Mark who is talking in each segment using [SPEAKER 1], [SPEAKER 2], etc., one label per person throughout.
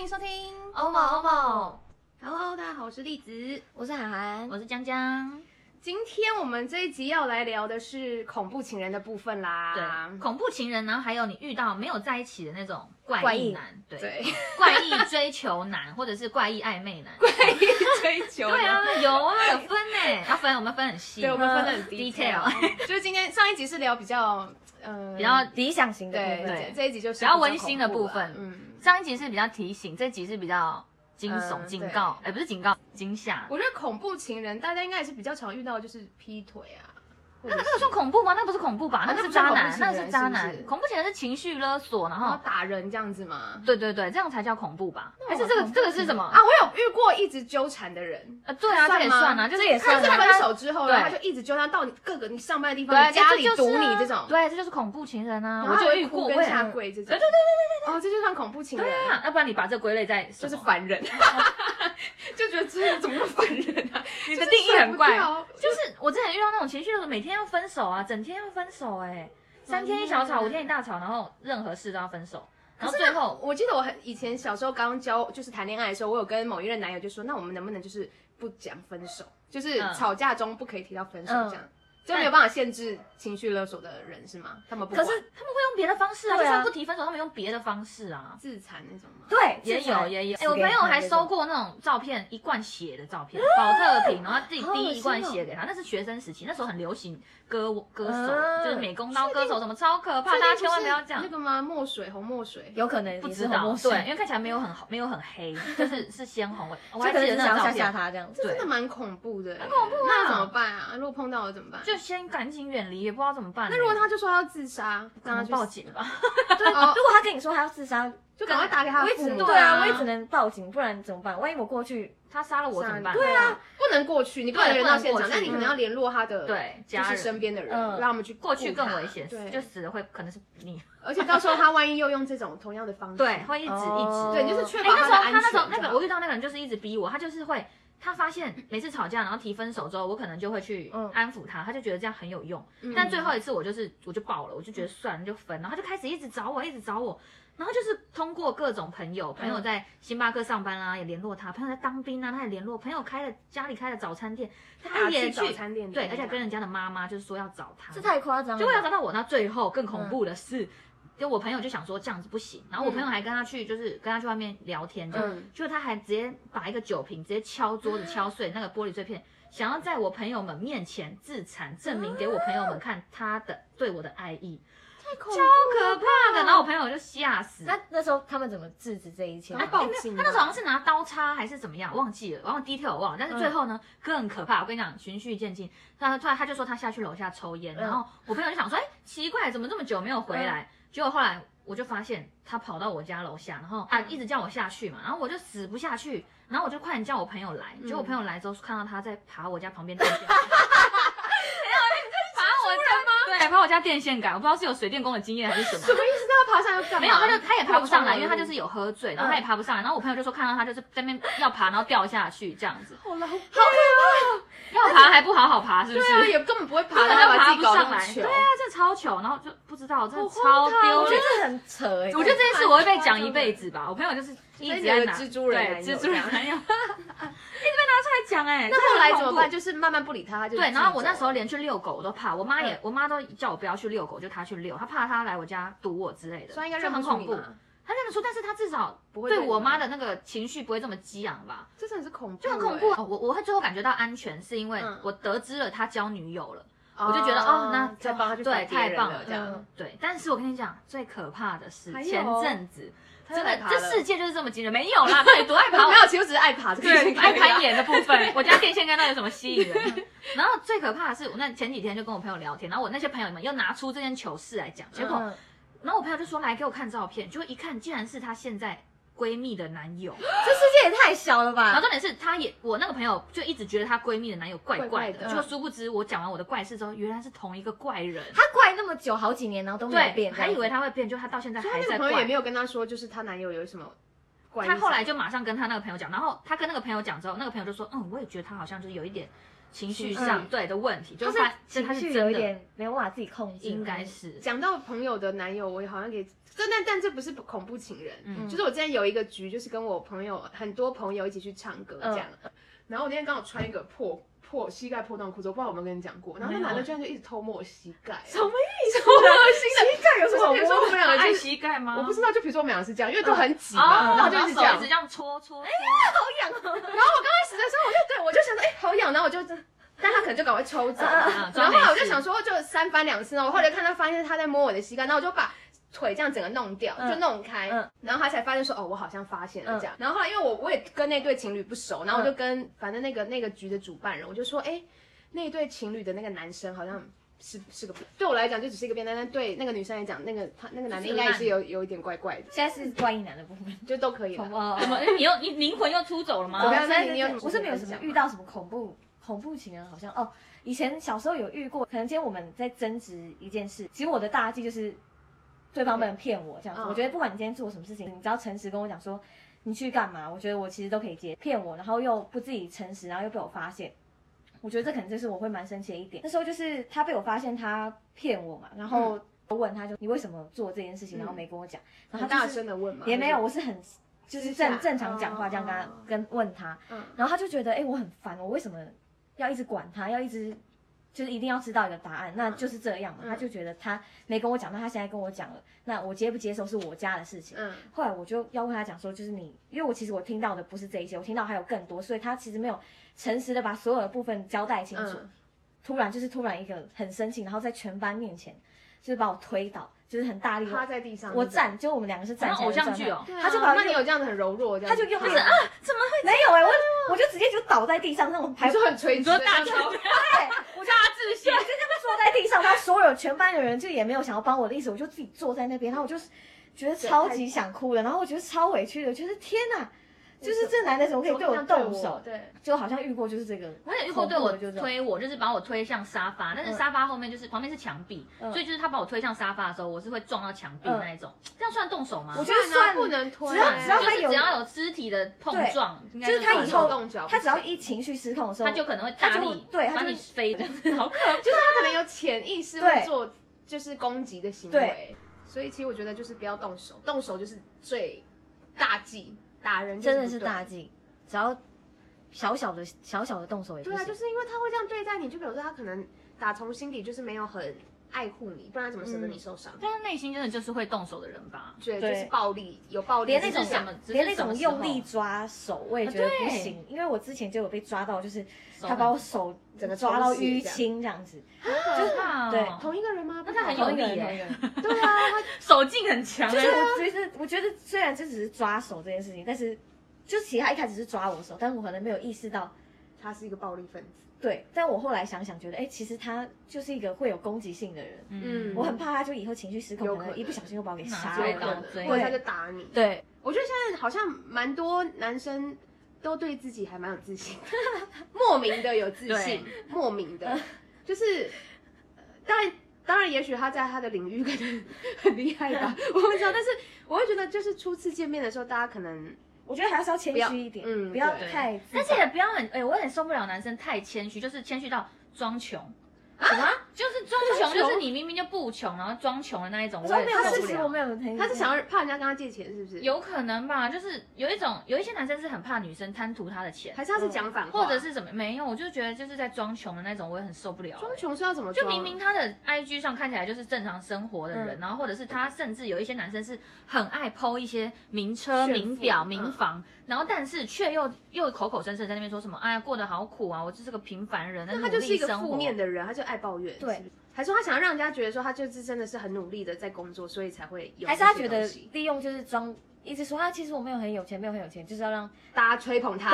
[SPEAKER 1] 迎收听
[SPEAKER 2] 欧某欧某，
[SPEAKER 1] Hello，大家好，我是栗子。
[SPEAKER 2] 我是涵涵，
[SPEAKER 3] 我是江江，
[SPEAKER 1] 今天我们这一集要来聊的是恐怖情人的部分啦。
[SPEAKER 3] 对，恐怖情人，然后还有你遇到没有在一起的那种
[SPEAKER 2] 怪
[SPEAKER 3] 怪
[SPEAKER 2] 异
[SPEAKER 3] 异男，
[SPEAKER 1] 嗯
[SPEAKER 3] 对，
[SPEAKER 1] 对，
[SPEAKER 3] 怪异追求男或者是怪异 暧昧男，
[SPEAKER 1] 追求
[SPEAKER 3] 对
[SPEAKER 1] 对啊，
[SPEAKER 3] 啊，有啊，有分 呢，要分，我们分很细，
[SPEAKER 1] 对我们分得很
[SPEAKER 3] 嗯 detail，
[SPEAKER 1] 就是今天上一集是聊比较呃
[SPEAKER 3] 比较
[SPEAKER 2] 理想型的
[SPEAKER 1] 对
[SPEAKER 2] 部
[SPEAKER 1] 对
[SPEAKER 2] 分，，
[SPEAKER 1] 这一集就是
[SPEAKER 3] 比较温馨的部分
[SPEAKER 1] 比较恐怖啦嗯。
[SPEAKER 3] 上一集是比较提醒，这集是比较惊悚、
[SPEAKER 1] 嗯
[SPEAKER 3] 警告，哎、不是警告，惊吓。
[SPEAKER 1] 我觉得恐怖情人大家应该也是比较常遇到，就是劈腿啊，或
[SPEAKER 3] 那
[SPEAKER 1] 者
[SPEAKER 3] 那
[SPEAKER 1] 是
[SPEAKER 3] 个算恐怖吗？那不是恐怖吧？
[SPEAKER 1] 啊
[SPEAKER 3] 那
[SPEAKER 1] 那
[SPEAKER 3] 个
[SPEAKER 1] 不
[SPEAKER 3] 是
[SPEAKER 1] 是
[SPEAKER 3] 渣
[SPEAKER 1] 恐怖
[SPEAKER 3] 男，
[SPEAKER 1] 情
[SPEAKER 3] 那
[SPEAKER 1] 人
[SPEAKER 3] 个是渣
[SPEAKER 1] 是嗯不
[SPEAKER 3] 男
[SPEAKER 1] 是。
[SPEAKER 3] 恐怖情人是情绪勒索，然
[SPEAKER 1] 然后
[SPEAKER 3] 后
[SPEAKER 1] 打人这样子嘛。
[SPEAKER 3] 对对对，这样才叫恐怖吧？还是这
[SPEAKER 1] 好
[SPEAKER 3] 个
[SPEAKER 1] 恐
[SPEAKER 3] 这个是什么
[SPEAKER 1] 啊，？我有遇过一直纠缠的人，
[SPEAKER 3] 呃，对啊，这
[SPEAKER 1] 算
[SPEAKER 3] 也
[SPEAKER 1] 吗
[SPEAKER 3] 算啊，就是
[SPEAKER 2] 这也
[SPEAKER 1] 他
[SPEAKER 3] 看
[SPEAKER 2] 算
[SPEAKER 1] 是
[SPEAKER 3] 着
[SPEAKER 1] 分
[SPEAKER 3] 他
[SPEAKER 1] 手之后，
[SPEAKER 3] 对
[SPEAKER 1] 然后他就一直纠缠到你各个你上班的地方，
[SPEAKER 3] 对，
[SPEAKER 1] 你家里
[SPEAKER 3] 这就
[SPEAKER 1] 堵
[SPEAKER 3] 是啊
[SPEAKER 1] 你这种，
[SPEAKER 3] 对，这就是恐怖情人啊！
[SPEAKER 1] 然
[SPEAKER 3] 我
[SPEAKER 1] 后
[SPEAKER 3] 就
[SPEAKER 1] 还会
[SPEAKER 3] 遇
[SPEAKER 1] 哭
[SPEAKER 3] 过，我
[SPEAKER 1] 跟
[SPEAKER 3] 也
[SPEAKER 1] 下
[SPEAKER 3] 很
[SPEAKER 1] 跪这种，
[SPEAKER 3] 嗯对
[SPEAKER 1] 对
[SPEAKER 3] 对
[SPEAKER 1] 对对对，哦，这就算恐怖情人
[SPEAKER 3] 对，啊，要不然你把这归类在
[SPEAKER 1] 就是
[SPEAKER 3] 什么
[SPEAKER 1] 烦人， 就觉得这人怎么那么烦人啊？
[SPEAKER 3] 你
[SPEAKER 1] 就是
[SPEAKER 3] 的定义很怪
[SPEAKER 1] 甩不掉
[SPEAKER 3] 就是我之前遇到那种情绪勒索，每天要分手啊，整天要分手、哎，三天一小吵，五天一大吵，然后任何事都要分手，然后最后
[SPEAKER 1] 我记得我很以前小时候刚交就是谈恋爱的时候，我有跟某一任男友就说，那我们能不能就是不讲分手，就是
[SPEAKER 3] 嗯
[SPEAKER 1] 吵架中不可以提到分手
[SPEAKER 2] 嗯
[SPEAKER 1] 这样，就没有办法限制情绪勒索的人是吗？他们不
[SPEAKER 3] 可
[SPEAKER 1] 管
[SPEAKER 3] 是他们会用别的方式啊，就
[SPEAKER 2] 对啊
[SPEAKER 3] 算不提分手，他们用别的方式啊，
[SPEAKER 1] 自残那种吗？
[SPEAKER 2] 对
[SPEAKER 3] 也有也有。哎、我朋友还收过那种照片，一罐血的照片，保特瓶，然后自己
[SPEAKER 2] 好恶
[SPEAKER 3] 滴一罐
[SPEAKER 2] 心哦
[SPEAKER 3] 血给他，那是学生时期，那时候很流行歌歌
[SPEAKER 2] 嗯
[SPEAKER 3] 手，就是美工刀歌手什么，超可怕，
[SPEAKER 1] 最近
[SPEAKER 3] 大家
[SPEAKER 1] 不
[SPEAKER 3] 千万
[SPEAKER 1] 是
[SPEAKER 3] 不要这样
[SPEAKER 1] 那。个吗？墨水红墨水，
[SPEAKER 2] 有可能
[SPEAKER 3] 不
[SPEAKER 2] 也
[SPEAKER 3] 知
[SPEAKER 2] 是很
[SPEAKER 3] 道
[SPEAKER 2] 陌，生
[SPEAKER 3] 对，因，为看起来没有很好，没有很黑，就是是鲜红。我我
[SPEAKER 2] 就
[SPEAKER 3] 还
[SPEAKER 2] 可能
[SPEAKER 3] 记
[SPEAKER 2] 只
[SPEAKER 3] 得
[SPEAKER 2] 是
[SPEAKER 3] 那
[SPEAKER 2] 想
[SPEAKER 3] 个
[SPEAKER 2] 吓
[SPEAKER 3] 照
[SPEAKER 2] 吓
[SPEAKER 3] 片。
[SPEAKER 2] 他这样子，
[SPEAKER 1] 真
[SPEAKER 3] 对
[SPEAKER 1] 的，蛮恐怖的，很恐怖、那怎么办啊？如果碰到了怎么办？
[SPEAKER 3] 就先赶紧远离，也不知道怎么办欸。
[SPEAKER 1] 那如果他就说他要自杀，
[SPEAKER 3] 可
[SPEAKER 1] 让他
[SPEAKER 3] 能
[SPEAKER 1] 去
[SPEAKER 3] 报
[SPEAKER 1] 死，
[SPEAKER 3] 警啊吧，
[SPEAKER 2] 对，
[SPEAKER 1] 哦
[SPEAKER 2] 如果他跟你说他要自杀，
[SPEAKER 1] 就赶快打给他
[SPEAKER 2] 我
[SPEAKER 1] 的
[SPEAKER 2] 也
[SPEAKER 1] 父
[SPEAKER 2] 只
[SPEAKER 1] 母。
[SPEAKER 2] 对啊，我也只能报警，不然怎么办？万一我过去，
[SPEAKER 3] 他杀了我怎么办？
[SPEAKER 1] 对啊，不能过去，你不能人到现
[SPEAKER 3] 对
[SPEAKER 1] 场，
[SPEAKER 3] 不能过去
[SPEAKER 1] 但你可能要联络他的，
[SPEAKER 3] 对，
[SPEAKER 1] 就
[SPEAKER 3] 家
[SPEAKER 1] 是身
[SPEAKER 3] 人
[SPEAKER 1] 边的人，
[SPEAKER 2] 嗯
[SPEAKER 1] 让他们去
[SPEAKER 3] 过去
[SPEAKER 1] 顾他
[SPEAKER 3] 更危险，
[SPEAKER 1] 对，
[SPEAKER 3] 就死了会可能是你。
[SPEAKER 1] 而且到时候他万一又用这种同样的方式，
[SPEAKER 3] 对，会一直一
[SPEAKER 2] 哦
[SPEAKER 3] 直。
[SPEAKER 1] 对，就是确
[SPEAKER 3] 哎，
[SPEAKER 1] 保
[SPEAKER 3] 那时
[SPEAKER 1] 的
[SPEAKER 3] 候
[SPEAKER 1] 安
[SPEAKER 3] 他
[SPEAKER 1] 全。
[SPEAKER 3] 那时候那
[SPEAKER 1] 这
[SPEAKER 3] 个
[SPEAKER 1] 样
[SPEAKER 3] 我遇到那个人就是一直逼我，他就是会，他发现每次吵架然后提分手之后，我可能就会去
[SPEAKER 2] 嗯
[SPEAKER 3] 安抚他，他就觉得这样很有用。
[SPEAKER 1] 嗯
[SPEAKER 3] 但最后一次我就是我就爆了，我就觉得算了就分，然后他就开始一直找我，一直找我，然后就是通过各种朋友，朋友在星巴克上班啦、也联络他，朋友在当兵啊，他也联络，朋友开了家里开了早餐店，他
[SPEAKER 1] 他去
[SPEAKER 3] 也去
[SPEAKER 1] 早，餐店，
[SPEAKER 3] 对，而且跟人家的妈妈就是说要找他，
[SPEAKER 2] 这太夸张了，
[SPEAKER 3] 啊就为了找到我，那最后更恐怖的是，就我朋友就想说这样子不行，然后我
[SPEAKER 1] 嗯
[SPEAKER 3] 朋友还跟他去，就是跟他去外面聊天，就、
[SPEAKER 1] 嗯
[SPEAKER 3] 就他还直接把一个酒瓶直接敲桌子敲碎那个玻璃碎片，想要在我朋友们面前自残，证明给我朋友们看他的对我的爱意，
[SPEAKER 1] 太恐
[SPEAKER 3] 超可怕的。然后我朋友就吓死。
[SPEAKER 2] 那那时候他们怎么制止这一切
[SPEAKER 1] 然？后报警啊。
[SPEAKER 3] 他哎那时候好像是拿刀叉还是怎么样，忘记了，然后 detail 我忘了。但是
[SPEAKER 1] 嗯
[SPEAKER 3] 最后呢，更可怕。我跟你讲，循序渐进。他突然他就说他下去楼下抽烟，
[SPEAKER 2] 嗯
[SPEAKER 3] 然后我朋友就想说，哎，奇怪，怎么这么久没有
[SPEAKER 1] 嗯
[SPEAKER 3] 回来？结果后来我就发现他跑到我家楼下，然后
[SPEAKER 1] 嗯
[SPEAKER 3] 啊一直叫我下去嘛，然后我就死不下去，然后我就快点叫我朋友来。
[SPEAKER 1] 嗯
[SPEAKER 3] 结果我朋友来之后看到他在爬我家旁边电线
[SPEAKER 1] 哎
[SPEAKER 3] 杆。没有 爬我家对，爬我家电线杆，我不知道是有水电工的经验还是什么
[SPEAKER 1] 什。么意思？那他爬上来要干嘛？
[SPEAKER 3] 没有，他就他也爬不上来，因为他就是是有喝醉，
[SPEAKER 1] 嗯
[SPEAKER 3] 然后他也爬不上来。然后我朋友就说看到他就是在那边要爬，然后掉下去这样子，
[SPEAKER 1] 好了，好
[SPEAKER 3] 要爬还不好好爬，是不
[SPEAKER 1] 啊对
[SPEAKER 3] 是？
[SPEAKER 1] 啊，也根本不会爬，
[SPEAKER 3] 根本
[SPEAKER 1] 然后
[SPEAKER 3] 就
[SPEAKER 1] 把
[SPEAKER 3] 爬
[SPEAKER 1] 自己
[SPEAKER 3] 不
[SPEAKER 1] 搞那
[SPEAKER 3] 上
[SPEAKER 1] 么
[SPEAKER 3] 来，
[SPEAKER 1] 糗
[SPEAKER 3] 对啊，这超糗，然后就不知道，真
[SPEAKER 1] 好
[SPEAKER 3] 的
[SPEAKER 1] 荒
[SPEAKER 3] 超
[SPEAKER 1] 唐啊
[SPEAKER 3] 丢
[SPEAKER 2] 我觉
[SPEAKER 3] 脸
[SPEAKER 2] 得。这很扯哎，
[SPEAKER 3] 我觉得这件事我会被讲一辈子吧。我朋友就是一直
[SPEAKER 1] 所以
[SPEAKER 3] 在拿
[SPEAKER 1] 你有个蜘蛛人男
[SPEAKER 3] 对
[SPEAKER 1] 友
[SPEAKER 3] 蜘蛛人 男友，一直被拿出来讲哎。
[SPEAKER 1] 那后来
[SPEAKER 3] 真的很
[SPEAKER 1] 怎么
[SPEAKER 3] 恐怖
[SPEAKER 1] 办？？就是慢慢不理他，他就
[SPEAKER 3] 对，然后我那时
[SPEAKER 1] 候
[SPEAKER 3] 候连去遛狗我都怕，我妈
[SPEAKER 1] 嗯
[SPEAKER 3] 也，我妈都叫我不要去遛狗，就她去遛，她怕她来我家堵我之类的，
[SPEAKER 1] 所以应该
[SPEAKER 3] 就
[SPEAKER 1] 认不
[SPEAKER 3] 很
[SPEAKER 1] 出你
[SPEAKER 3] 恐怖。
[SPEAKER 1] 嘛
[SPEAKER 3] 她认得出，但是她至少
[SPEAKER 1] 不会
[SPEAKER 3] 对
[SPEAKER 1] 你
[SPEAKER 3] 我妈
[SPEAKER 1] 吧，
[SPEAKER 3] 的那个情绪不会这么激昂吧？
[SPEAKER 1] 这真的是恐怖欸，
[SPEAKER 3] 就很恐怖。哦我我会最后感觉到安全，是因为
[SPEAKER 1] 嗯
[SPEAKER 3] 我得知了他交女友了。
[SPEAKER 1] 哦，
[SPEAKER 3] 我就觉得哦那
[SPEAKER 1] 再帮他去
[SPEAKER 3] 对
[SPEAKER 1] 烦别
[SPEAKER 3] 太
[SPEAKER 1] 人
[SPEAKER 3] 棒
[SPEAKER 1] 了
[SPEAKER 3] 了
[SPEAKER 1] 这样。
[SPEAKER 2] 嗯
[SPEAKER 3] 对，但是我跟你讲，最可怕的是
[SPEAKER 1] 还有
[SPEAKER 3] 前阵子，
[SPEAKER 1] 他又
[SPEAKER 3] 真
[SPEAKER 1] 来
[SPEAKER 3] 的
[SPEAKER 1] 爬
[SPEAKER 3] 这
[SPEAKER 1] 了
[SPEAKER 3] 世界就是这么惊人，没有啦，对，多爱 爬我
[SPEAKER 1] 没。有，其实我只是爱爬这个事
[SPEAKER 3] 对，
[SPEAKER 1] 情而已啊，
[SPEAKER 3] 爱攀岩的部分，我家电线杆到底有什么吸引人？ 然后最可怕的是，我那前几天就跟我朋友聊天，然后我那些朋友们又拿出这件糗事来讲，结果，
[SPEAKER 2] 嗯
[SPEAKER 3] 然后我朋友就说来给我看照片，就一看，竟然是她现在闺蜜的男友。
[SPEAKER 2] 这世界也太小了
[SPEAKER 3] 然后
[SPEAKER 2] 吧？
[SPEAKER 3] 重点是，她也我那个朋友就一直觉得她闺蜜的男友怪
[SPEAKER 1] 怪怪
[SPEAKER 3] 怪
[SPEAKER 1] 的
[SPEAKER 3] 的，就殊不知我讲完我的怪事之后，原来是同一个怪人。
[SPEAKER 2] 他怪那么久，好几年，然后都没有
[SPEAKER 3] 对，
[SPEAKER 2] 变，
[SPEAKER 3] 还以为她会变，就她到现在
[SPEAKER 1] 所以她
[SPEAKER 3] 还
[SPEAKER 1] 那
[SPEAKER 3] 在
[SPEAKER 1] 个朋友也
[SPEAKER 3] 怪
[SPEAKER 1] 没。有跟她说，就是她男友有什么怪异。
[SPEAKER 3] 她后来就马上跟她那个朋友讲，然后她跟那个朋友讲之后，那个朋友就说，嗯，我也觉得她好像就是有一点情
[SPEAKER 1] 情
[SPEAKER 3] 绪
[SPEAKER 1] 绪
[SPEAKER 3] 上对的问题，就发
[SPEAKER 2] 是
[SPEAKER 3] 现
[SPEAKER 2] 情
[SPEAKER 3] 他
[SPEAKER 2] 绪
[SPEAKER 3] 是
[SPEAKER 2] 有
[SPEAKER 3] 真
[SPEAKER 2] 一
[SPEAKER 3] 的，
[SPEAKER 2] 点没有办法自己控制，
[SPEAKER 3] 应该是
[SPEAKER 1] 讲到朋友的男友，我好像可以，但但但这不是恐怖情人，
[SPEAKER 3] 嗯
[SPEAKER 1] 就是我之前有一个局，就是跟我朋友很多朋友一起去唱歌这样，然后我那天刚好穿一个破破膝盖破洞的裤子，我不知道有没有跟你讲过，然后那
[SPEAKER 3] 没有
[SPEAKER 1] 男的居然就一直偷摸我膝盖，啊
[SPEAKER 3] 什么
[SPEAKER 1] 意 思？超恶心的，膝盖有
[SPEAKER 2] 什么好摸
[SPEAKER 1] 比
[SPEAKER 2] 的
[SPEAKER 1] 如说我们两个
[SPEAKER 3] 爱
[SPEAKER 1] 啊就是。
[SPEAKER 3] 膝盖吗？
[SPEAKER 1] 我不知道，就比如说我们俩是这样，因为都很挤嘛，
[SPEAKER 3] 哦，
[SPEAKER 1] 然后就一直这
[SPEAKER 3] 手
[SPEAKER 1] 样
[SPEAKER 3] 一直。这样搓搓，哎，
[SPEAKER 1] 然后我刚开始的时候，我就对我就想说，哎、好痒，然后我就，但他可能就赶快抽走。
[SPEAKER 3] 嗯嗯
[SPEAKER 1] 然后后来我就想说，就三番两次呢，我后来看他发现他在摸我的膝盖，然后我就把。腿这样整个弄掉，
[SPEAKER 2] 嗯
[SPEAKER 1] 就弄开，
[SPEAKER 2] 嗯
[SPEAKER 1] 然后他才发现说，哦，我好像发现了
[SPEAKER 2] 嗯
[SPEAKER 1] 这样。然后后来因为我我也跟那对情侣不熟，然后我就跟、反正那个那个局的主办人，我就说，哎，那对情侣的那个男生好像是是个，对我来讲就只是一个变态，但对那个女生来讲，那个他那个男的应该也是有有一点怪怪的，
[SPEAKER 2] 现在是关于男的部分。
[SPEAKER 1] 就都可以了。
[SPEAKER 2] 哦
[SPEAKER 3] 怎么哎你又你灵魂又出走了吗？
[SPEAKER 1] 我刚刚
[SPEAKER 2] 所以
[SPEAKER 1] 你你有什么
[SPEAKER 2] 啊我是没有什么遇到什么恐怖恐怖情人，好像哦，以前小时候有遇过，可能今天我们在争执一件事，其实我的大忌就是对方不能骗我这样子。
[SPEAKER 1] 嗯
[SPEAKER 2] 我觉得不管你今天做什么事情，你只要诚实跟我讲说你去干嘛，我觉得我其实都可以接。骗我，然后又不自己诚实，然后又被我发现。我觉得这可能就是我会蛮生气的一点。那时候就是他被我发现他骗我嘛，然
[SPEAKER 1] 嗯
[SPEAKER 2] 后我问他就你为什么做这件事情，然后没跟我讲，然
[SPEAKER 1] 很
[SPEAKER 2] 嗯后他
[SPEAKER 1] 大
[SPEAKER 2] 就是
[SPEAKER 1] 声的问嘛，
[SPEAKER 2] 也没有，我是很就是
[SPEAKER 1] 私下
[SPEAKER 2] 正正常讲话这样跟
[SPEAKER 1] 哦
[SPEAKER 2] 他跟问他，
[SPEAKER 1] 嗯
[SPEAKER 2] 然后他就觉得哎、诶我很烦，我为什么要一直管他，要一直就是一定要知道一个答案，那就是这样嘛，
[SPEAKER 1] 嗯
[SPEAKER 2] 他就觉得他没跟我讲，那他现在跟我讲了，那我接不接受是我家的事情。
[SPEAKER 1] 嗯，
[SPEAKER 2] 后来我就要问他讲说，就是你，因为我其实我听到的不是这一些，我听到还有更多，所以他其实没有诚实的把所有的部分交代清楚。
[SPEAKER 1] 嗯
[SPEAKER 2] 突然就是突然一个很生气，然后在全班面前就是把我推倒，就是很大力地
[SPEAKER 1] 趴在地上那种，
[SPEAKER 2] 我站，就我们两个是站起来
[SPEAKER 3] 好
[SPEAKER 2] 的
[SPEAKER 3] 像偶像
[SPEAKER 2] 状态
[SPEAKER 3] 剧哦
[SPEAKER 1] 对啊，
[SPEAKER 2] 他就把
[SPEAKER 1] 那
[SPEAKER 2] 我
[SPEAKER 1] 你有这样子很柔弱这样
[SPEAKER 2] 他
[SPEAKER 1] 子，
[SPEAKER 2] 就用
[SPEAKER 1] 他
[SPEAKER 2] 力
[SPEAKER 1] 是
[SPEAKER 2] 啊，怎么会没有哎、我我就直接就倒在地上那种
[SPEAKER 1] 还
[SPEAKER 2] 排，
[SPEAKER 1] 是很垂
[SPEAKER 3] 你
[SPEAKER 1] 直
[SPEAKER 3] 说
[SPEAKER 1] 的，
[SPEAKER 3] 大
[SPEAKER 1] 就
[SPEAKER 3] 乔，
[SPEAKER 1] 是
[SPEAKER 3] 我叫他自信
[SPEAKER 2] 我就这样坐在地上，然后所有全班的人就也没有想要帮我的意思，我就自己坐在那边，然后我就是觉得超级想哭了，然后我觉得超委屈的，觉得天哪，就是这男的怎么可以对我动手？
[SPEAKER 1] 对，
[SPEAKER 2] 就好像遇过就是这个，
[SPEAKER 3] 我也遇过对我
[SPEAKER 2] 恐怖的就这种
[SPEAKER 3] 推我，就是把我推向沙发，但是
[SPEAKER 2] 嗯
[SPEAKER 3] 沙发后面就是旁边是墙壁，
[SPEAKER 2] 嗯
[SPEAKER 3] 所以就是他把我推向沙发的时候，我是会撞到墙壁
[SPEAKER 2] 嗯
[SPEAKER 3] 那一种。这样算动手吗？啊
[SPEAKER 2] 我觉
[SPEAKER 1] 就
[SPEAKER 2] 得
[SPEAKER 1] 是啊
[SPEAKER 2] 算
[SPEAKER 1] 不能推，
[SPEAKER 2] 只要只要
[SPEAKER 3] 就
[SPEAKER 2] 他
[SPEAKER 3] 是
[SPEAKER 2] 有
[SPEAKER 3] 只要有肢体的碰撞，应该
[SPEAKER 2] 就是他
[SPEAKER 3] 算
[SPEAKER 2] 以
[SPEAKER 3] 动
[SPEAKER 2] 后
[SPEAKER 3] 手
[SPEAKER 1] 动脚不行，
[SPEAKER 2] 他只要一情绪失控的时候，
[SPEAKER 3] 他就可能会大
[SPEAKER 2] 他就
[SPEAKER 3] 力
[SPEAKER 2] 对他就
[SPEAKER 3] 把你飞的，好可
[SPEAKER 1] 就是他可能有潜意识会
[SPEAKER 2] 对
[SPEAKER 1] 做就是攻击的行为
[SPEAKER 2] 对，
[SPEAKER 1] 所以其实我觉得就是不要动手，动手就是最大忌，打人就
[SPEAKER 2] 真的
[SPEAKER 1] 不
[SPEAKER 2] 是
[SPEAKER 1] 对
[SPEAKER 2] 大。忌，只要小小的小小的动手也不
[SPEAKER 1] 对啊，就
[SPEAKER 2] 行。
[SPEAKER 1] 是因为他会这样对待你，就表示他可能打从心底就是没有很爱护你，不然怎么舍得你受伤？
[SPEAKER 3] 但是内心真的就是会动手的人
[SPEAKER 1] 嗯
[SPEAKER 3] 吧？
[SPEAKER 1] 对，就
[SPEAKER 2] 对
[SPEAKER 1] 是暴力，有暴力
[SPEAKER 2] 连
[SPEAKER 1] 之
[SPEAKER 2] 那种
[SPEAKER 1] 下
[SPEAKER 3] 什么
[SPEAKER 2] 连那种用力
[SPEAKER 3] 只
[SPEAKER 2] 抓手，我也觉得不行，因为我之前就有被抓到，就是他把我手
[SPEAKER 1] 整个
[SPEAKER 2] 抓到
[SPEAKER 1] 冲洗
[SPEAKER 2] 淤
[SPEAKER 1] 这样
[SPEAKER 2] 青这样子，
[SPEAKER 3] 就是怕哦
[SPEAKER 2] 对
[SPEAKER 1] 同一个人吗？
[SPEAKER 3] 那他很
[SPEAKER 1] 不
[SPEAKER 3] 有
[SPEAKER 1] 同
[SPEAKER 3] 力
[SPEAKER 2] 同一个
[SPEAKER 3] 耶
[SPEAKER 2] 人 同一个人
[SPEAKER 1] 对啊，他
[SPEAKER 3] 手劲很强
[SPEAKER 2] 就是
[SPEAKER 3] 欸
[SPEAKER 2] 我觉得，我觉得虽然这只是抓手这件事情，但是就其实他一开始是抓我手，但我可能没有意识到，
[SPEAKER 1] 他是一个暴力分子，
[SPEAKER 2] 对。但我后来想想，觉得哎、其实他就是一个会有攻击性的人，
[SPEAKER 1] 嗯
[SPEAKER 2] 我很怕他就以后情绪失控，
[SPEAKER 1] 有
[SPEAKER 2] 可
[SPEAKER 1] 可
[SPEAKER 2] 能
[SPEAKER 1] 能
[SPEAKER 2] 一不小心又把我给
[SPEAKER 3] 哪
[SPEAKER 2] 杀
[SPEAKER 3] 追
[SPEAKER 1] 有
[SPEAKER 3] 到
[SPEAKER 1] 可
[SPEAKER 2] 了。
[SPEAKER 1] 能
[SPEAKER 3] 追
[SPEAKER 1] 或者
[SPEAKER 2] 到
[SPEAKER 1] 他就打你。
[SPEAKER 2] 对，
[SPEAKER 1] 我觉得现在好像蛮多男生都对自己还蛮有自信， 莫名的有自信
[SPEAKER 3] 对，嗯
[SPEAKER 1] 莫名的，就是呃当然。当然，也许他在他的领域可能很厉害 吧，我不知道。但是我会觉得，就是初次见面的时候，大家可能
[SPEAKER 2] 我觉得还是要谦
[SPEAKER 1] 不要
[SPEAKER 2] 虚一点，
[SPEAKER 1] 嗯
[SPEAKER 2] 不要
[SPEAKER 1] 对
[SPEAKER 2] 太自
[SPEAKER 3] 但
[SPEAKER 2] 大。
[SPEAKER 3] 是也不要很，哎、我很受不了男生太谦虚，就是谦虚到装穷。什么？就是装
[SPEAKER 2] 啊装
[SPEAKER 3] 穷，
[SPEAKER 2] 穷
[SPEAKER 3] 就是你明明就不穷，然后装穷的那一种，
[SPEAKER 2] 我
[SPEAKER 3] 我
[SPEAKER 2] 说
[SPEAKER 3] 也
[SPEAKER 2] 没有，
[SPEAKER 3] 受
[SPEAKER 2] 其
[SPEAKER 3] 不
[SPEAKER 2] 实我
[SPEAKER 3] 了。
[SPEAKER 2] 没有很，
[SPEAKER 1] 他是想要怕人家跟他借钱，是不是？，
[SPEAKER 3] 有可能吧，就是有一种有一些男生是很怕女生贪图他的钱，
[SPEAKER 1] 还是他是讲反话，
[SPEAKER 3] 或者是怎么没有，我就觉得就是在装穷的那种，我也很受不了、
[SPEAKER 1] 装
[SPEAKER 3] 欸
[SPEAKER 1] 穷是要怎么
[SPEAKER 3] 就
[SPEAKER 1] 装？
[SPEAKER 3] 明明他的 IG 上看起来就是正常生活的
[SPEAKER 1] 嗯
[SPEAKER 3] 人，然后或者是他甚至有一些男生是很爱 PO 一些名车、
[SPEAKER 1] 炫富
[SPEAKER 3] 名表、
[SPEAKER 1] 嗯
[SPEAKER 3] 名房，然后但是却又又口口声声在那边说什么，哎呀过得好苦啊，我就是个平凡人，
[SPEAKER 1] 那他就是一个负面
[SPEAKER 3] 的。
[SPEAKER 1] 的人，他就爱抱怨，
[SPEAKER 2] 对
[SPEAKER 1] 是不是，还说他想要让人家觉得说他就是真的是很努力的在工作，所以才会有
[SPEAKER 2] 还
[SPEAKER 1] 这
[SPEAKER 2] 是
[SPEAKER 1] 些东
[SPEAKER 2] 他觉
[SPEAKER 1] 西。
[SPEAKER 2] 得利用就是装，一直说他啊其实我没有很有钱，没有很有钱，就是要让
[SPEAKER 1] 大家吹捧他，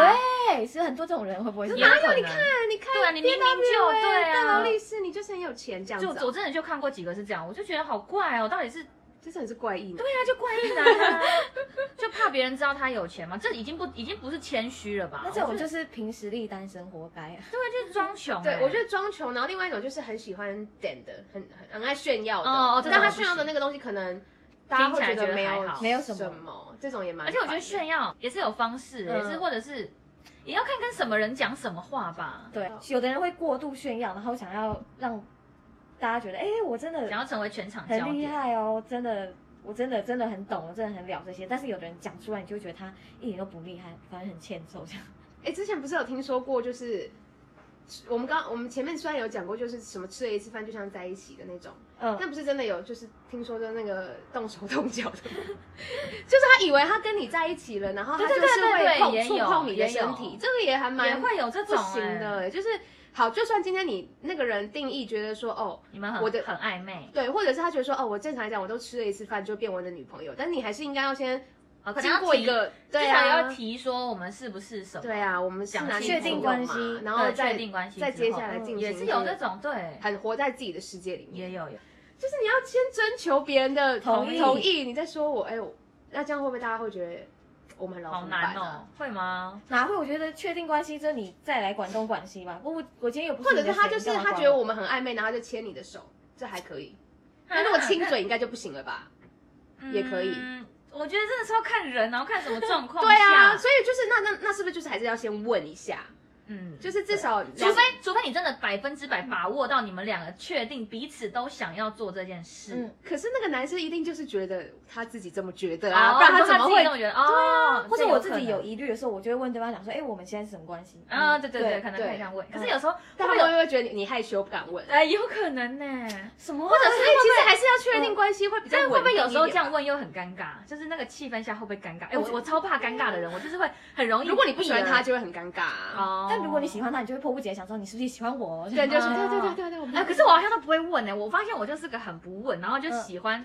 [SPEAKER 2] 对，是很多这种人会不会是
[SPEAKER 3] 也
[SPEAKER 2] 这样？
[SPEAKER 3] 可能
[SPEAKER 1] 你看，你看，欸
[SPEAKER 3] 啊对啊你明明就对啊
[SPEAKER 1] 大劳力士，你就是很有钱这样
[SPEAKER 3] 就
[SPEAKER 1] 子啊、
[SPEAKER 3] 我真的就看过几个是这样，我就觉得好怪哦，到底是对
[SPEAKER 1] 这真的是怪异呢。
[SPEAKER 3] 啊，就怪异男啊， 就怕别人知道他有钱嘛，这已经不已经不是谦虚了吧？
[SPEAKER 2] 那这种
[SPEAKER 3] 我觉
[SPEAKER 2] 就
[SPEAKER 3] 得
[SPEAKER 2] 是凭实力单身活该啊。
[SPEAKER 3] 对，就是装穷欸、
[SPEAKER 1] 对，我觉得装穷，然后另外一种就是很喜欢点的，很很很爱炫耀的。
[SPEAKER 3] 哦哦这种
[SPEAKER 1] 但他
[SPEAKER 3] 不行
[SPEAKER 1] 炫耀的那个东西，可能大家会觉
[SPEAKER 3] 听起来觉得
[SPEAKER 1] 没
[SPEAKER 3] 还
[SPEAKER 1] 有
[SPEAKER 3] 好
[SPEAKER 2] 没有什么
[SPEAKER 1] 么，这种也蛮烦的。
[SPEAKER 3] 而且我觉得炫耀也是有方式，
[SPEAKER 2] 嗯
[SPEAKER 3] 也是或者是也要看跟什么人讲什么话吧。
[SPEAKER 2] 对，有的人会过度炫耀，然后想要让大家觉得，哎、我真的
[SPEAKER 3] 想要成为全场焦
[SPEAKER 2] 很厉
[SPEAKER 3] 点，
[SPEAKER 2] 害哦，真的，我真的真的很懂，我真的很了这些。但是有的人讲出来，你就会觉得他一点都不厉害，反正很欠揍这样。
[SPEAKER 1] 哎、之前不是有听说过，就是我们刚我们前面虽然有讲过，就是什么吃了一次饭就像在一起的那种，
[SPEAKER 2] 嗯，
[SPEAKER 1] 但不是真的有，就是听说的那个动手动脚的， 就是他以为他跟你在一起了，然后他
[SPEAKER 3] 对
[SPEAKER 1] 就
[SPEAKER 3] 对
[SPEAKER 1] 是
[SPEAKER 3] 对对
[SPEAKER 1] 会
[SPEAKER 3] 也
[SPEAKER 1] 碰触
[SPEAKER 3] 有
[SPEAKER 1] 碰你的
[SPEAKER 3] 也有
[SPEAKER 1] 身体，这个也还
[SPEAKER 3] 也
[SPEAKER 1] 蛮
[SPEAKER 3] 会有这
[SPEAKER 1] 不
[SPEAKER 3] 种、
[SPEAKER 1] 行
[SPEAKER 3] 欸、
[SPEAKER 1] 的、欸，就是好，就算今天你那个人定义觉得说哦。
[SPEAKER 3] 你们很
[SPEAKER 1] 我的
[SPEAKER 3] 哎很暧昧，
[SPEAKER 1] 对，或者是他觉得说，哦，我正常来讲，我都吃了一次饭就变我的女朋友，但你还是应该要先
[SPEAKER 3] 哦，可能
[SPEAKER 1] 经
[SPEAKER 3] 要
[SPEAKER 1] 过
[SPEAKER 3] 提
[SPEAKER 1] 一个，对
[SPEAKER 3] 至少
[SPEAKER 1] 啊，
[SPEAKER 3] 要提说我们是不是什么，
[SPEAKER 1] 对啊，我们是
[SPEAKER 3] 讲
[SPEAKER 1] 男女
[SPEAKER 3] 清
[SPEAKER 1] 朋友
[SPEAKER 2] 楚关
[SPEAKER 1] 嘛
[SPEAKER 2] 系
[SPEAKER 1] 然
[SPEAKER 3] 对，
[SPEAKER 1] 后
[SPEAKER 3] 确
[SPEAKER 1] 再
[SPEAKER 3] 定关系
[SPEAKER 1] 再
[SPEAKER 3] 之
[SPEAKER 1] 接
[SPEAKER 3] 后
[SPEAKER 1] 下来进行
[SPEAKER 3] 也是有
[SPEAKER 1] 这
[SPEAKER 3] 那
[SPEAKER 1] 个
[SPEAKER 3] 种对，
[SPEAKER 1] 很活在自己的世界里面，
[SPEAKER 3] 也有有，
[SPEAKER 1] 就是你要先征求别人的
[SPEAKER 2] 同意
[SPEAKER 1] 同意，你再说我，哎，我那这样会不会大家会觉得我们老
[SPEAKER 3] 好
[SPEAKER 1] 古
[SPEAKER 3] 难
[SPEAKER 1] 板
[SPEAKER 3] 哦
[SPEAKER 1] 啊？，
[SPEAKER 3] 会吗？
[SPEAKER 2] 哪会？我觉得确定关系之后，你再来管东管西吧。我我我今天又不
[SPEAKER 1] 或
[SPEAKER 2] 是
[SPEAKER 1] 者
[SPEAKER 2] 你
[SPEAKER 1] 是
[SPEAKER 2] 的谁，
[SPEAKER 1] 他就是
[SPEAKER 2] 你干嘛
[SPEAKER 1] 他
[SPEAKER 2] 管
[SPEAKER 1] 觉得我们很暧昧，然后就牵你的手，这还可 以。那如果亲嘴应该就不行了吧？也可以
[SPEAKER 3] 嗯我觉得真的是要看人，然后看什么 状况
[SPEAKER 1] 对啊，
[SPEAKER 3] 下
[SPEAKER 1] 所以就是那那那是不是就是还是要先问一下？
[SPEAKER 3] 嗯，
[SPEAKER 1] 就是至少
[SPEAKER 3] 除非除非你真的百分之百把握到你们两个确定彼此都想要做这件事，
[SPEAKER 2] 嗯，
[SPEAKER 1] 可是那个男生一定就是觉得他自己这么觉得
[SPEAKER 3] 啊，
[SPEAKER 1] 啊，不然他
[SPEAKER 3] 他
[SPEAKER 1] 怎么
[SPEAKER 3] 自己
[SPEAKER 1] 会啊
[SPEAKER 3] 这么觉得？哦，
[SPEAKER 2] 或者
[SPEAKER 3] 这
[SPEAKER 2] 我
[SPEAKER 3] 可
[SPEAKER 2] 自己
[SPEAKER 3] 能
[SPEAKER 2] 有疑虑的时候，我就会问对方讲说，哎、我们现在是什么关系？
[SPEAKER 3] 啊，
[SPEAKER 2] 嗯
[SPEAKER 3] 对对对，可能
[SPEAKER 1] 对
[SPEAKER 3] 可以这样问。可是有时候
[SPEAKER 1] 但
[SPEAKER 3] 会
[SPEAKER 1] 他
[SPEAKER 3] 有
[SPEAKER 1] 们，会不会觉得你你害羞不敢问？
[SPEAKER 3] 哎，有可能呢。
[SPEAKER 2] 什么啊？
[SPEAKER 1] 或者是其实还是要确定关系会比较
[SPEAKER 3] 但是
[SPEAKER 1] 稳定
[SPEAKER 3] 会不会
[SPEAKER 1] 一点
[SPEAKER 3] 有时候这样？问又很尴尬？就是那个气氛下会不会尴尬？哎，我我超怕尴尬的人，我就是会很容易避人。嗯
[SPEAKER 1] 如果你不喜欢他，就会很尴尬啊。
[SPEAKER 3] 哦，
[SPEAKER 2] 但如果你喜欢他，你就会迫不及待想说，你是不是也喜欢我？
[SPEAKER 1] 对，就是
[SPEAKER 3] 哦
[SPEAKER 1] 对对对对对，我们
[SPEAKER 3] 哎，可是我好像都不会问呢、我发现我就是个很不问，然后就
[SPEAKER 1] 嗯
[SPEAKER 3] 喜欢，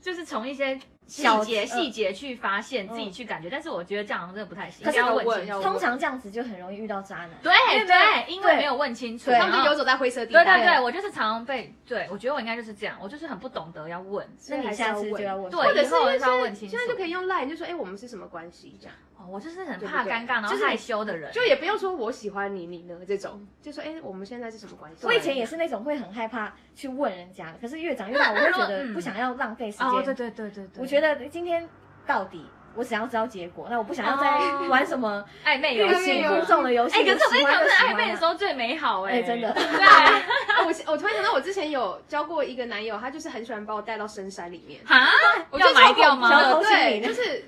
[SPEAKER 3] 就是从一些细
[SPEAKER 2] 小
[SPEAKER 3] 节
[SPEAKER 2] 嗯
[SPEAKER 3] 细节去发现、自己
[SPEAKER 2] 嗯
[SPEAKER 3] 去感觉，但是我觉得这样好像真的不太行，
[SPEAKER 1] 可是
[SPEAKER 3] 一定 要
[SPEAKER 1] 要问
[SPEAKER 3] 清
[SPEAKER 1] 要
[SPEAKER 3] 楚。
[SPEAKER 1] 问
[SPEAKER 2] 通常这样子就很容易遇到渣男。
[SPEAKER 3] 对
[SPEAKER 1] 因为没有
[SPEAKER 3] 对，因为没有问清楚，
[SPEAKER 2] 对
[SPEAKER 1] 他
[SPEAKER 3] 然
[SPEAKER 1] 们就
[SPEAKER 3] 后
[SPEAKER 1] 游走在灰色地
[SPEAKER 3] 对
[SPEAKER 1] 带。
[SPEAKER 3] 对对，我就是常常被，对我觉得我应该就是这样，我就是很不懂得要问。
[SPEAKER 2] 那你下次就要问，
[SPEAKER 3] 对
[SPEAKER 1] 或者
[SPEAKER 3] 以后我就是是要问清楚
[SPEAKER 1] 现在就可以用 line 就说，哎，我们是什么关系？这样
[SPEAKER 3] 哦，我就是很
[SPEAKER 1] 对
[SPEAKER 3] 怕
[SPEAKER 1] 对对
[SPEAKER 3] 尴尬，然后
[SPEAKER 1] 就是
[SPEAKER 3] 害羞的人。
[SPEAKER 1] 就也不用说我喜欢你，你呢这种，就说哎，我们现在是什么关系？
[SPEAKER 2] 我以前也是那种会很害怕去问人家，可是越长越大，我会觉得不想要浪费时间。
[SPEAKER 3] 哦，对对对对对，
[SPEAKER 2] 我觉得今天到底我想要知道结果，那我不想要再
[SPEAKER 3] 哦
[SPEAKER 2] 玩 什么
[SPEAKER 3] 暧昧游
[SPEAKER 2] 欲
[SPEAKER 3] 戏
[SPEAKER 2] 擒
[SPEAKER 1] 有
[SPEAKER 2] 故纵的游戏。
[SPEAKER 3] 哎，可是我跟你讲，
[SPEAKER 2] 是
[SPEAKER 3] 是暧昧的时候最美好哎，
[SPEAKER 2] 哎真的
[SPEAKER 3] 对。
[SPEAKER 1] 啊，我我突然想到，我之前有交过一个男友，他就是很喜欢把我带到深山里面。
[SPEAKER 3] 哈，
[SPEAKER 1] 我就
[SPEAKER 3] 要埋掉吗？
[SPEAKER 2] 小偷
[SPEAKER 1] 对，
[SPEAKER 2] 心理
[SPEAKER 1] 就是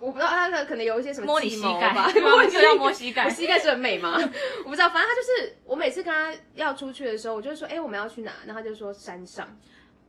[SPEAKER 1] 我不知道他的可能有一些什么
[SPEAKER 3] 摸你
[SPEAKER 1] 计
[SPEAKER 3] 膝
[SPEAKER 1] 谋
[SPEAKER 3] 盖
[SPEAKER 1] 吧，
[SPEAKER 3] 对
[SPEAKER 1] 我
[SPEAKER 3] 我就要摸膝盖
[SPEAKER 1] 我膝盖是很美吗？ 我不知道，反正他就是我每次跟他要出去的时候，我就说，哎、我们要去哪？然后他就说山上，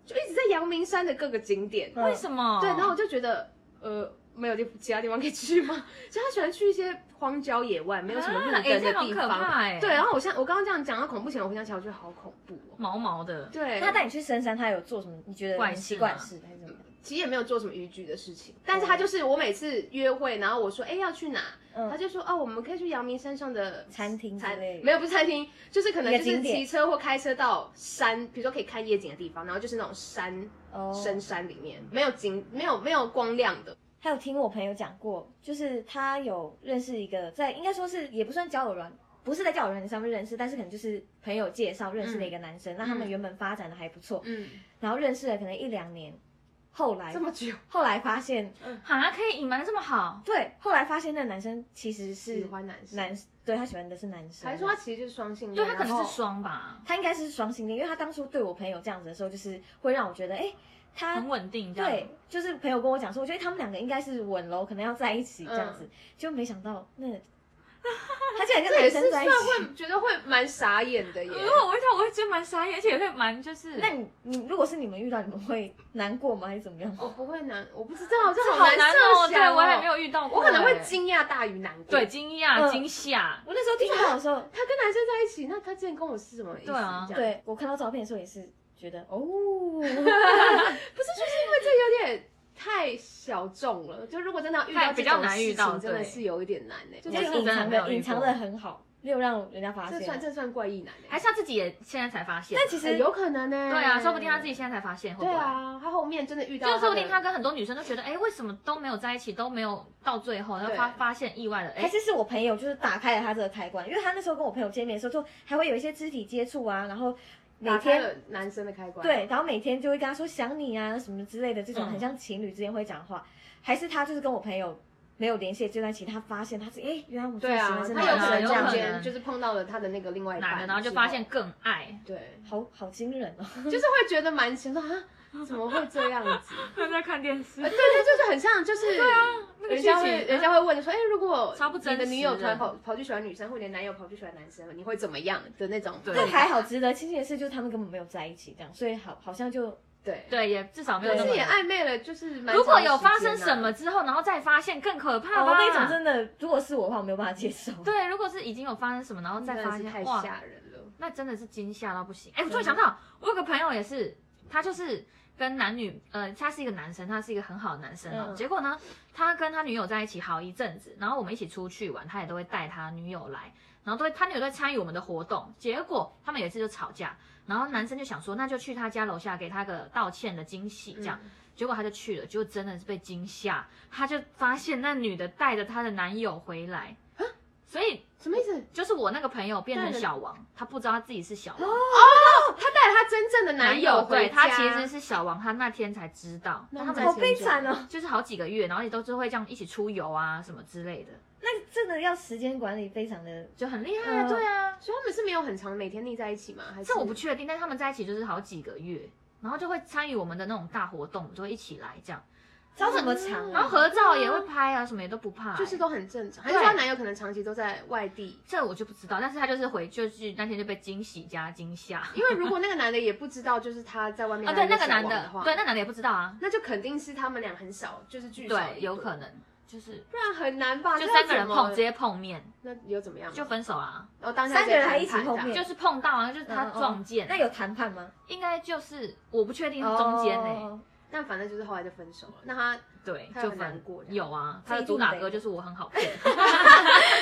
[SPEAKER 1] 就一直在阳明山的各个景点。
[SPEAKER 2] 嗯
[SPEAKER 3] 为什么？
[SPEAKER 1] 对，然后我就觉得，呃，没有地其他地方可以去吗？ 所以他喜欢去一些荒郊野外，没有什么路
[SPEAKER 3] 啊
[SPEAKER 1] 灯
[SPEAKER 3] 哎这
[SPEAKER 1] 的
[SPEAKER 3] 好
[SPEAKER 1] 地
[SPEAKER 3] 可
[SPEAKER 1] 方。
[SPEAKER 3] 怕
[SPEAKER 2] 欸
[SPEAKER 3] 哎
[SPEAKER 1] 对，然后我现在我刚刚这样讲到恐怖前，我回想起来我觉得好恐怖哦。
[SPEAKER 3] 毛毛的，
[SPEAKER 1] 对，
[SPEAKER 2] 他带你去深山，他有做什么？你觉得
[SPEAKER 3] 怪
[SPEAKER 2] 很
[SPEAKER 3] 事
[SPEAKER 2] 奇怪
[SPEAKER 3] 吗
[SPEAKER 2] 的事还是怎么样？
[SPEAKER 1] 其实也没有做什么逾矩的事情，但是他就是我每次约会，然后我说哎、要去哪，
[SPEAKER 2] 嗯
[SPEAKER 1] 他就说哦我们可以去阳明山上的
[SPEAKER 2] 餐厅之
[SPEAKER 1] 餐
[SPEAKER 2] 类的
[SPEAKER 1] 没有不是餐厅，就是可能就
[SPEAKER 2] 一个
[SPEAKER 1] 是
[SPEAKER 2] 景点
[SPEAKER 1] 骑车或开车到山，比如说可以看夜景的地方，然后就是那种山、
[SPEAKER 2] 哦
[SPEAKER 1] 深山里面没有景，没有没有光亮的，
[SPEAKER 2] 还有听我朋友讲过，就是他有认识一个在应该说是也不算交友软，不是在交友软件上面认识，但是可能就是朋友介绍认识的一个男生。那他们原本发展的还不错，
[SPEAKER 1] 嗯，
[SPEAKER 2] 然后认识了可能一两年，后来
[SPEAKER 1] 这么久
[SPEAKER 2] 后来发现，
[SPEAKER 3] 哈，可以隐瞒的这么好，
[SPEAKER 2] 对，后来发现那个男生其实
[SPEAKER 1] 喜
[SPEAKER 2] 是
[SPEAKER 1] 欢男生，
[SPEAKER 2] 男，对他喜欢的是男生，
[SPEAKER 1] 还
[SPEAKER 2] 啊
[SPEAKER 1] 是说他其实就是双性
[SPEAKER 3] 对
[SPEAKER 1] 恋，
[SPEAKER 3] 他可
[SPEAKER 1] 然
[SPEAKER 3] 能是
[SPEAKER 1] 后
[SPEAKER 3] 双吧，
[SPEAKER 2] 他应该是双性恋，因为他当初对我朋友这样子的时候，就是会让我觉得，哎，他
[SPEAKER 3] 很稳定这样。
[SPEAKER 2] 对，就是朋友跟我讲说，我觉得他们两个应该是稳喽，可能要在一起这样子，就没想到那他竟然跟
[SPEAKER 1] 这也
[SPEAKER 2] 男
[SPEAKER 1] 是
[SPEAKER 2] 生
[SPEAKER 1] 算
[SPEAKER 2] 在一起。
[SPEAKER 1] 会觉得会蛮傻眼的耶
[SPEAKER 3] 如。呃果我遇到，我会觉得蛮傻眼，而且也会蛮就是，
[SPEAKER 2] 那你你如果是你们遇到，你们会难过吗？还是怎么样？
[SPEAKER 1] 我不会难，我不知道，这
[SPEAKER 3] 这
[SPEAKER 1] 好
[SPEAKER 3] 好难哦，
[SPEAKER 1] 设
[SPEAKER 3] 对
[SPEAKER 1] 想
[SPEAKER 3] 我还没，有遇到过，
[SPEAKER 1] 我可能会
[SPEAKER 3] 哎
[SPEAKER 1] 惊讶大于难过，
[SPEAKER 3] 对惊讶、
[SPEAKER 2] 嗯
[SPEAKER 3] 惊吓，
[SPEAKER 2] 我那时候听到的时候，
[SPEAKER 1] 他跟男生在一起，那他之前跟我是什么意思？
[SPEAKER 3] 对啊
[SPEAKER 1] 这样，
[SPEAKER 2] 对我看到照片的时候也是觉得哦，
[SPEAKER 1] 不是就是因为这有点太小众了，就如果真的要遇到
[SPEAKER 3] 太比较
[SPEAKER 1] 这种
[SPEAKER 3] 难遇到
[SPEAKER 1] 事情真的
[SPEAKER 3] 对
[SPEAKER 1] 是有一点难呢、
[SPEAKER 2] 就
[SPEAKER 1] 就是
[SPEAKER 3] 我是
[SPEAKER 2] 是
[SPEAKER 3] 真
[SPEAKER 2] 隐
[SPEAKER 3] 的
[SPEAKER 2] 藏
[SPEAKER 3] 没有
[SPEAKER 2] 的
[SPEAKER 3] 遇
[SPEAKER 2] 隐藏
[SPEAKER 3] 过
[SPEAKER 2] 的很好，没有让人家发
[SPEAKER 1] 这算
[SPEAKER 2] 现。
[SPEAKER 1] 这算怪异男呢、
[SPEAKER 3] 还是他自己也现在才发现。
[SPEAKER 2] 但其
[SPEAKER 1] 哎
[SPEAKER 2] 实
[SPEAKER 1] 有可能呢、
[SPEAKER 3] 对啊，说不定他自己现在才发现，会
[SPEAKER 1] 嗯
[SPEAKER 3] 不
[SPEAKER 1] 对
[SPEAKER 3] 会？
[SPEAKER 1] 啊，他后面真的遇到
[SPEAKER 3] 就
[SPEAKER 1] 的，
[SPEAKER 3] 是说不定他跟很多女生都觉得，哎，为什么都没有在一起，都没有到最后，然后
[SPEAKER 1] 对
[SPEAKER 3] 发发现意外的，
[SPEAKER 2] 还
[SPEAKER 3] 哎，
[SPEAKER 2] 是是我朋友就是打开了他这个开关，因为他那时候跟我朋友见面的时候，就还会有一些肢体接触啊，然后每
[SPEAKER 1] 打开
[SPEAKER 2] 天
[SPEAKER 1] 了男生的开关，，
[SPEAKER 2] 对，然后每天就会跟他说想你啊什么之类的，这种
[SPEAKER 3] 嗯
[SPEAKER 2] 很像情侣之间会讲话，还是他就是跟我朋友没有联系的阶段，其实他发现他是哎、诶原来我这
[SPEAKER 1] 对
[SPEAKER 2] 个行
[SPEAKER 1] 啊
[SPEAKER 2] 为，是
[SPEAKER 1] 他
[SPEAKER 2] 男
[SPEAKER 1] 有
[SPEAKER 2] 生
[SPEAKER 1] 可
[SPEAKER 2] 这
[SPEAKER 1] 能
[SPEAKER 2] 样
[SPEAKER 1] 中
[SPEAKER 3] 有可
[SPEAKER 2] 子
[SPEAKER 1] 间
[SPEAKER 3] 能
[SPEAKER 1] 就是碰到了他的那个另外一
[SPEAKER 3] 哪
[SPEAKER 1] 半
[SPEAKER 3] 个，
[SPEAKER 1] 之，
[SPEAKER 3] 然后就发现更爱，
[SPEAKER 1] 对，
[SPEAKER 2] 好好惊人哦。
[SPEAKER 1] 就是会觉得蛮想说啊，怎么会这样子？
[SPEAKER 4] 他在看电视
[SPEAKER 1] 呃，对，对，就是很像，就是对啊，
[SPEAKER 4] 那个
[SPEAKER 1] 人
[SPEAKER 4] 剧
[SPEAKER 1] 家会
[SPEAKER 4] 情
[SPEAKER 1] 人家会问你说，哎，如果
[SPEAKER 4] 超不真
[SPEAKER 1] 你的女友
[SPEAKER 4] 实
[SPEAKER 1] 突
[SPEAKER 4] 的
[SPEAKER 1] 然跑跑去喜欢女生，或者你的男友跑去喜欢男生，你会怎么样的那种？
[SPEAKER 3] 对
[SPEAKER 2] 但 还好，值得庆幸的是，就是他们根本没有在一起，这样，所以好好像就
[SPEAKER 1] 对，
[SPEAKER 3] 对，也至少没有
[SPEAKER 1] 可
[SPEAKER 3] 那
[SPEAKER 1] 是
[SPEAKER 3] 么
[SPEAKER 1] 也。暧昧了，就是蛮
[SPEAKER 3] 如果
[SPEAKER 1] 长
[SPEAKER 3] 有
[SPEAKER 1] 时
[SPEAKER 3] 发
[SPEAKER 1] 间
[SPEAKER 3] 生
[SPEAKER 1] 啊
[SPEAKER 3] 什么之后，然后再发现更可怕
[SPEAKER 2] 哦
[SPEAKER 3] 吧？
[SPEAKER 2] 那种真的，如果是我的话，我没有办法接受。
[SPEAKER 3] 对，如果是已经有发生什么，然后再
[SPEAKER 1] 真的
[SPEAKER 3] 发
[SPEAKER 1] 是
[SPEAKER 3] 现
[SPEAKER 1] 太
[SPEAKER 3] 哇，
[SPEAKER 1] 吓人了。
[SPEAKER 3] 那真的是惊吓到不行。哎、我突然想到，我有个朋友也是，他就是跟男女，呃，他是一个男生，他是一个很好的男生哦。
[SPEAKER 2] 嗯
[SPEAKER 3] 结果呢，他跟他女友在一起好一阵子，然后我们一起出去玩，他也都会带他女友来，然后都会他女友在参与我们的活动。结果他们有一次就吵架，然后男生就想说，那就去他家楼下给他个道歉的惊喜，这
[SPEAKER 1] 嗯
[SPEAKER 3] 样。结果他就去了，结果真的是被惊吓，他就发现那女的带着她的男友回来，所以
[SPEAKER 1] 什么意思？哦
[SPEAKER 3] 就是我那个朋友变成
[SPEAKER 1] 带着
[SPEAKER 3] 小王，他不知道他自己是小王，
[SPEAKER 1] 他带了他真正的
[SPEAKER 3] 男
[SPEAKER 1] 友
[SPEAKER 3] 友
[SPEAKER 1] 回
[SPEAKER 3] 对
[SPEAKER 1] 家，
[SPEAKER 3] 他其实是小王，他那天才知道，
[SPEAKER 1] 那
[SPEAKER 3] 那他
[SPEAKER 1] 在
[SPEAKER 2] 好
[SPEAKER 3] 们
[SPEAKER 1] 一起
[SPEAKER 2] 悲惨哦。
[SPEAKER 3] 啊就是好几个月，然后也都是会这样一起出游啊什么之类的，
[SPEAKER 2] 那真的要时间管理非常的，
[SPEAKER 3] 就很厉害啊，
[SPEAKER 2] 嗯
[SPEAKER 3] 对啊，
[SPEAKER 1] 所以他们是没有很长每天腻在一起吗？还是
[SPEAKER 3] 这我不确定，但是他们在一起就是好几个月，然后就会参与我们的那种大活动，就会一起来这样，
[SPEAKER 2] 招怎么
[SPEAKER 3] 嗯
[SPEAKER 2] 长
[SPEAKER 3] 然后
[SPEAKER 2] 啊？
[SPEAKER 3] 合照也会拍啊，什么也都不怕、
[SPEAKER 1] 就是
[SPEAKER 3] 都。
[SPEAKER 1] 都很正常，还是她男友可能长期都在外地？
[SPEAKER 3] 这我就不知道，但是他就是回就是那天就被惊喜加惊吓啊，
[SPEAKER 1] 因为如果那个男的也不知道，就是他在外面
[SPEAKER 3] 哦对那个
[SPEAKER 1] 小王
[SPEAKER 3] 男的
[SPEAKER 1] 的，话，
[SPEAKER 3] 对那男的也不知道啊，
[SPEAKER 1] 那就肯定是他们俩很少，就是聚少
[SPEAKER 3] 对，
[SPEAKER 1] 离
[SPEAKER 3] 有
[SPEAKER 1] 多
[SPEAKER 3] 可，能就是
[SPEAKER 1] 不然很难吧？
[SPEAKER 3] 就
[SPEAKER 1] 这要
[SPEAKER 3] 三个人
[SPEAKER 1] 怎么
[SPEAKER 3] 碰直，接碰面
[SPEAKER 1] 那又怎么样吗？
[SPEAKER 3] 就分手啦、
[SPEAKER 1] 哦，当下
[SPEAKER 2] 三个人
[SPEAKER 1] 直接
[SPEAKER 2] 还一起
[SPEAKER 1] 谈判
[SPEAKER 2] 碰
[SPEAKER 1] 这样
[SPEAKER 2] 面
[SPEAKER 3] 就是碰到啊，就是他
[SPEAKER 2] 嗯嗯嗯
[SPEAKER 3] 撞见，
[SPEAKER 2] 那有谈判吗？
[SPEAKER 3] 应该就是我不确定是中间呢、欸
[SPEAKER 2] 哦
[SPEAKER 1] 但反正就是后来就分手了。那他
[SPEAKER 3] 对，
[SPEAKER 1] 他有
[SPEAKER 3] 就
[SPEAKER 1] 很难
[SPEAKER 3] 分
[SPEAKER 1] 过这样
[SPEAKER 3] 有啊，
[SPEAKER 2] 这
[SPEAKER 3] 他
[SPEAKER 2] 一
[SPEAKER 3] 的
[SPEAKER 2] 定
[SPEAKER 3] 主打
[SPEAKER 2] 得
[SPEAKER 3] 歌就是我很好骗，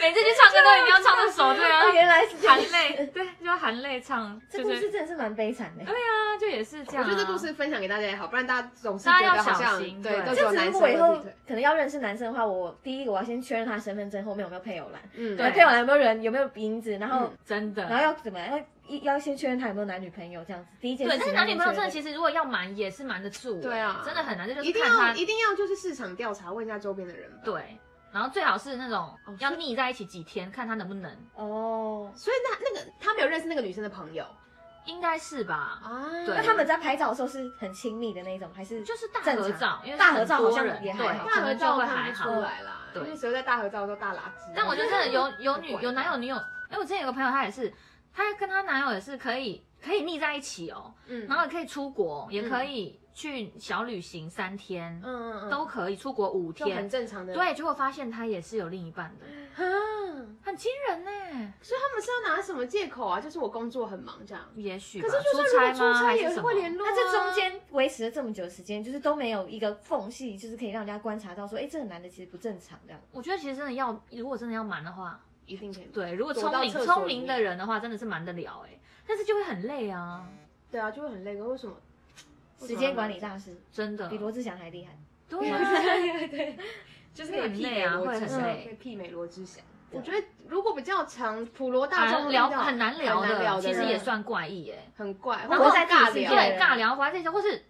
[SPEAKER 3] 每次去唱歌都一定要唱这首，对
[SPEAKER 2] 哦，
[SPEAKER 3] 啊，
[SPEAKER 2] 原来是这样
[SPEAKER 3] 含。泪，对，就含泪唱，
[SPEAKER 2] 这
[SPEAKER 3] 就
[SPEAKER 2] 故事
[SPEAKER 3] 是
[SPEAKER 2] 真的是蛮悲惨的。
[SPEAKER 3] 对啊，就也是这
[SPEAKER 1] 我
[SPEAKER 3] 样、啊。
[SPEAKER 1] 觉得这故事分享给大家也好，不然大家总是觉
[SPEAKER 3] 大家
[SPEAKER 1] 得
[SPEAKER 3] 要
[SPEAKER 1] 好像
[SPEAKER 3] 小心
[SPEAKER 1] 对，
[SPEAKER 3] 对
[SPEAKER 1] 都
[SPEAKER 2] 这
[SPEAKER 1] 只有
[SPEAKER 2] 样子，
[SPEAKER 1] 男
[SPEAKER 2] 如
[SPEAKER 1] 生
[SPEAKER 2] 果我以
[SPEAKER 1] 会
[SPEAKER 2] 后
[SPEAKER 1] 劈腿。
[SPEAKER 2] 可能要认识男生的话，我第一个我要先确认他身份证后面有没有配偶栏，
[SPEAKER 1] 嗯，
[SPEAKER 2] 对，
[SPEAKER 3] 对
[SPEAKER 2] 配偶栏有没有人，有没有名字，然后
[SPEAKER 1] 嗯
[SPEAKER 3] 真的，
[SPEAKER 2] 然后要怎么样，要要先确认他有没有男女朋友这样子。第一件
[SPEAKER 3] 对，
[SPEAKER 2] 事
[SPEAKER 3] 但是
[SPEAKER 2] 情
[SPEAKER 3] 男女朋友真的
[SPEAKER 2] 先确认
[SPEAKER 3] 其实如果要瞒也是瞒得住、欸
[SPEAKER 1] 对啊
[SPEAKER 3] 真的很难，这就是
[SPEAKER 1] 一定
[SPEAKER 3] 看
[SPEAKER 1] 要
[SPEAKER 3] 他
[SPEAKER 1] 一定要就是市场调查问一下周边的人吧。
[SPEAKER 3] 对，然后最好是那种
[SPEAKER 1] 哦
[SPEAKER 3] 要
[SPEAKER 1] 所以
[SPEAKER 3] 腻在一起几天，看他能不能，
[SPEAKER 2] 哦。
[SPEAKER 1] 所以那那个他没有认识那个女生的朋友
[SPEAKER 3] 应该是吧？
[SPEAKER 1] 啊，
[SPEAKER 3] 对
[SPEAKER 2] 那他们在拍照的时候是很亲密的那种，还是
[SPEAKER 3] 就是大
[SPEAKER 2] 正
[SPEAKER 3] 合
[SPEAKER 2] 常
[SPEAKER 3] 照，因为
[SPEAKER 2] 大
[SPEAKER 3] 很
[SPEAKER 2] 合照
[SPEAKER 3] 多
[SPEAKER 2] 好像
[SPEAKER 3] 人
[SPEAKER 2] 也还
[SPEAKER 3] 对
[SPEAKER 2] 好
[SPEAKER 1] 大
[SPEAKER 3] 可
[SPEAKER 1] 合
[SPEAKER 3] 能
[SPEAKER 1] 照
[SPEAKER 3] 就会
[SPEAKER 1] 看
[SPEAKER 3] 还
[SPEAKER 1] 不
[SPEAKER 3] 好
[SPEAKER 1] 出。来啦，
[SPEAKER 3] 对
[SPEAKER 1] 因为谁会在大合照都大垃圾？
[SPEAKER 3] 但我觉得真的有有女
[SPEAKER 1] 怪
[SPEAKER 3] 有男有女友，哎，我之前有个朋友，她也是，她跟她男友也是可以可以腻在一起哦，
[SPEAKER 1] 嗯
[SPEAKER 3] 然后也可以出国，也可以去小旅行三天，
[SPEAKER 1] 嗯嗯嗯
[SPEAKER 3] 都可以出国五
[SPEAKER 1] 就很
[SPEAKER 3] 天。
[SPEAKER 1] 正常的。啊，
[SPEAKER 3] 对，结果发现他也是有另一半的，很惊人呢。
[SPEAKER 1] 所以他们是要拿什么借口啊？就是我工作很忙这样。
[SPEAKER 3] 也许吧
[SPEAKER 1] 可是就
[SPEAKER 3] 出
[SPEAKER 1] 算
[SPEAKER 3] 差
[SPEAKER 1] 如果
[SPEAKER 3] 吗？
[SPEAKER 1] 出
[SPEAKER 3] 还
[SPEAKER 1] 差
[SPEAKER 3] 是
[SPEAKER 1] 也
[SPEAKER 3] 什
[SPEAKER 1] 会联
[SPEAKER 3] 么？
[SPEAKER 1] 络啊，
[SPEAKER 2] 那这中间维持了这么久的时间，就是都没有一个缝隙，就是可以让人家观察到说，哎、这个男的其实不正常这样。
[SPEAKER 3] 我觉得其实真的要，如果真的要瞒的话，
[SPEAKER 1] 一定可以。
[SPEAKER 3] 对，如果
[SPEAKER 1] 躲
[SPEAKER 3] 聪
[SPEAKER 1] 到
[SPEAKER 3] 明
[SPEAKER 1] 厕所
[SPEAKER 3] 聪
[SPEAKER 1] 里
[SPEAKER 3] 明
[SPEAKER 1] 面
[SPEAKER 3] 的人的话，真的是瞒得了哎、但是就会很累啊，
[SPEAKER 1] 对啊，就会很累。可为什么？为什么
[SPEAKER 2] 时间管理大师
[SPEAKER 3] 真的
[SPEAKER 2] 比。罗志祥还厉害。
[SPEAKER 3] 对啊，
[SPEAKER 1] 就是
[SPEAKER 3] 可以媲美罗志祥
[SPEAKER 1] 可以媲美罗志祥。我觉得如果比较长，普罗大
[SPEAKER 3] 很
[SPEAKER 1] 众
[SPEAKER 3] 聊
[SPEAKER 1] 遇到
[SPEAKER 3] 很难聊
[SPEAKER 1] 很难聊的
[SPEAKER 3] 的，其实
[SPEAKER 1] 人
[SPEAKER 3] 也算怪异哎、
[SPEAKER 1] 很怪，
[SPEAKER 3] 然
[SPEAKER 1] 或者
[SPEAKER 3] 后
[SPEAKER 1] 是尬
[SPEAKER 2] 对
[SPEAKER 1] 聊，
[SPEAKER 3] 对，尬聊或者这些，或是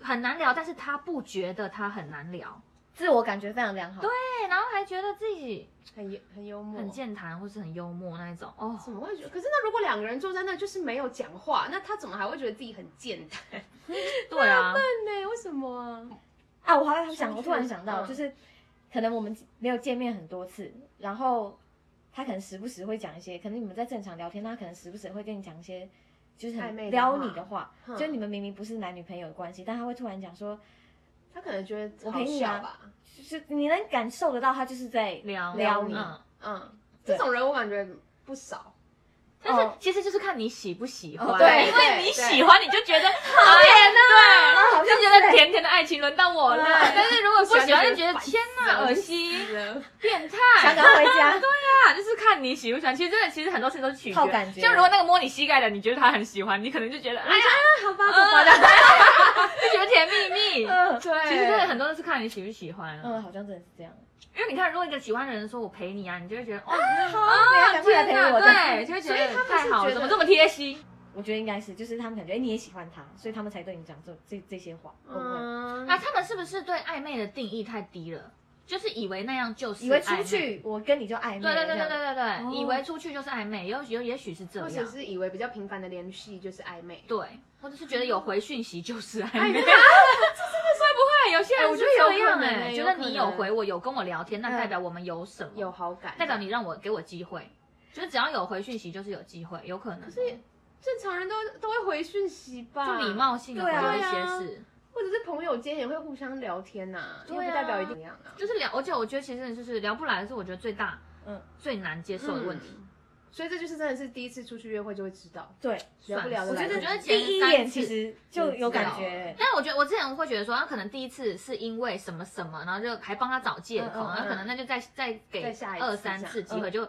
[SPEAKER 3] 很难聊，但是他不觉得他很难聊，
[SPEAKER 2] 自我感觉非常良好。对，
[SPEAKER 3] 对，然后还觉得自己
[SPEAKER 1] 很幽很幽默，
[SPEAKER 3] 很健谈或是很幽默那一种哦。
[SPEAKER 1] 怎么会觉得？可是那如果两个人坐在那就是没有讲话，那他怎么还会觉得自己很健谈
[SPEAKER 3] 对啊，
[SPEAKER 1] 呢？为什么啊？
[SPEAKER 2] 啊，我还想，我突然想到，
[SPEAKER 1] 嗯
[SPEAKER 2] 就是可能我们没有见面很多次，然后他可能时不时会讲一些，可能你们在正常聊天，他可能时不时会跟你讲一些就是
[SPEAKER 1] 暧
[SPEAKER 2] 很
[SPEAKER 1] 昧的
[SPEAKER 2] 撩
[SPEAKER 1] 话
[SPEAKER 2] 你的话，
[SPEAKER 1] 哼
[SPEAKER 3] 嗯
[SPEAKER 2] 就你们明明不是男女朋友的关系，但他会突然讲说，
[SPEAKER 1] 他可能觉得
[SPEAKER 2] 我陪你
[SPEAKER 1] 好
[SPEAKER 2] 啊
[SPEAKER 1] 笑吧？
[SPEAKER 2] 就是你能感受得到他就是在
[SPEAKER 3] 聊
[SPEAKER 2] 撩
[SPEAKER 1] 你
[SPEAKER 3] 嗯，
[SPEAKER 1] 嗯，
[SPEAKER 2] 对
[SPEAKER 1] 这种人我感觉不少。
[SPEAKER 3] 但是
[SPEAKER 2] 哦
[SPEAKER 3] 其实就是看你喜不喜欢，
[SPEAKER 2] 哦对
[SPEAKER 3] 因为
[SPEAKER 1] 对
[SPEAKER 3] 你
[SPEAKER 1] 对
[SPEAKER 3] 喜欢，你就觉得好甜呐，
[SPEAKER 2] 啊，好
[SPEAKER 3] 就
[SPEAKER 2] 像
[SPEAKER 3] 觉得甜甜的爱情轮到我了。
[SPEAKER 1] 对
[SPEAKER 3] 但是如果不喜欢，就觉得
[SPEAKER 1] 烦死
[SPEAKER 3] 天呐，
[SPEAKER 1] 了
[SPEAKER 3] 恶心、
[SPEAKER 1] 嗯
[SPEAKER 3] 变态。
[SPEAKER 2] 想赶快回家。
[SPEAKER 3] 啊，就是看你喜不喜欢。其实真的，其实很多事情都是取决
[SPEAKER 2] 靠感觉
[SPEAKER 3] 就如果那个摸你膝盖的，你觉得他很喜欢，你可能就觉得哎 呀，
[SPEAKER 1] 啊好吧，好吧，大家
[SPEAKER 3] 就觉得甜蜜蜜。
[SPEAKER 2] 嗯
[SPEAKER 1] 对，
[SPEAKER 3] 其实真的很多都是看你喜不喜欢啊。
[SPEAKER 2] 嗯，好像真的是这样。
[SPEAKER 3] 因为你看，如果一个喜欢的人说我陪你啊，你就会觉得哦，
[SPEAKER 2] 好，啊赶快来陪
[SPEAKER 3] 天
[SPEAKER 2] 我。
[SPEAKER 3] 哪
[SPEAKER 2] 这样
[SPEAKER 3] 对，就会觉
[SPEAKER 1] 所以他
[SPEAKER 3] 得
[SPEAKER 1] 们是
[SPEAKER 3] 太好
[SPEAKER 1] 觉得
[SPEAKER 3] 了，怎么这么贴心？
[SPEAKER 2] 我觉得应该是，就是他们感觉哎你也喜欢他，所以他们才对你讲这这这些话，会不会？
[SPEAKER 1] 嗯
[SPEAKER 3] 啊，他们是不是对暧昧的定义太低了？就是以为那样就是
[SPEAKER 2] 以为出
[SPEAKER 3] 暧昧
[SPEAKER 2] 去我跟你就暧昧
[SPEAKER 3] 对
[SPEAKER 2] 了
[SPEAKER 3] 对
[SPEAKER 2] 这
[SPEAKER 3] 对对
[SPEAKER 2] 样，
[SPEAKER 3] 对对
[SPEAKER 2] 哦
[SPEAKER 3] 对，以为出去就是暧昧，有有也许是这
[SPEAKER 1] 或者
[SPEAKER 3] 样，
[SPEAKER 1] 是以为比较频繁的联系就是暧昧。
[SPEAKER 3] 对，或者是觉得有回讯息就是暧昧，
[SPEAKER 1] 昧
[SPEAKER 3] 会不会有些
[SPEAKER 1] 哎
[SPEAKER 3] 人
[SPEAKER 1] 我
[SPEAKER 3] 是
[SPEAKER 1] 觉得有
[SPEAKER 3] 这样
[SPEAKER 1] 可能
[SPEAKER 3] 哎，
[SPEAKER 1] 欸
[SPEAKER 3] 觉
[SPEAKER 1] 有
[SPEAKER 3] 得
[SPEAKER 1] 可
[SPEAKER 3] 你有
[SPEAKER 1] 能
[SPEAKER 3] 回我，有跟我聊天，那
[SPEAKER 1] 嗯
[SPEAKER 3] 代表我们有什么？
[SPEAKER 1] 有好感，
[SPEAKER 3] 代表你让我给我机会，就是只要有回讯息就是有机会，有可能，哦就是
[SPEAKER 1] 正常人都都会回讯息吧，
[SPEAKER 3] 就礼，貌性的回
[SPEAKER 2] 对啊
[SPEAKER 3] 了一
[SPEAKER 1] 对
[SPEAKER 3] 些
[SPEAKER 1] 啊
[SPEAKER 3] 事，
[SPEAKER 1] 或者是朋友间也会互相聊天呐、
[SPEAKER 3] 对啊
[SPEAKER 1] 又不代表一定怎样啊，
[SPEAKER 3] 就是聊，而且我觉得其实就是聊不来是我觉得最大
[SPEAKER 2] 嗯
[SPEAKER 3] 最难接受的问题。
[SPEAKER 1] 嗯所以这就是真的是第一次出去约会就会知道，
[SPEAKER 2] 对，
[SPEAKER 1] 聊不聊得
[SPEAKER 2] 我
[SPEAKER 1] 来
[SPEAKER 2] 觉
[SPEAKER 1] 的
[SPEAKER 2] 得
[SPEAKER 1] 问
[SPEAKER 3] 我
[SPEAKER 1] 题。
[SPEAKER 3] 觉得
[SPEAKER 2] 第一
[SPEAKER 3] 前三
[SPEAKER 2] 眼
[SPEAKER 3] 次
[SPEAKER 2] 其实就有感
[SPEAKER 1] 就知道
[SPEAKER 2] 觉
[SPEAKER 1] 了，
[SPEAKER 3] 但我觉得我之前会觉得说，啊他可能第一次是因为什么什么，然后就还帮他找借口，
[SPEAKER 2] 嗯嗯嗯
[SPEAKER 3] 然后可能那就再再给
[SPEAKER 1] 再下一次
[SPEAKER 3] 二三次
[SPEAKER 1] 这
[SPEAKER 3] 机
[SPEAKER 1] 样嗯
[SPEAKER 3] 会，就如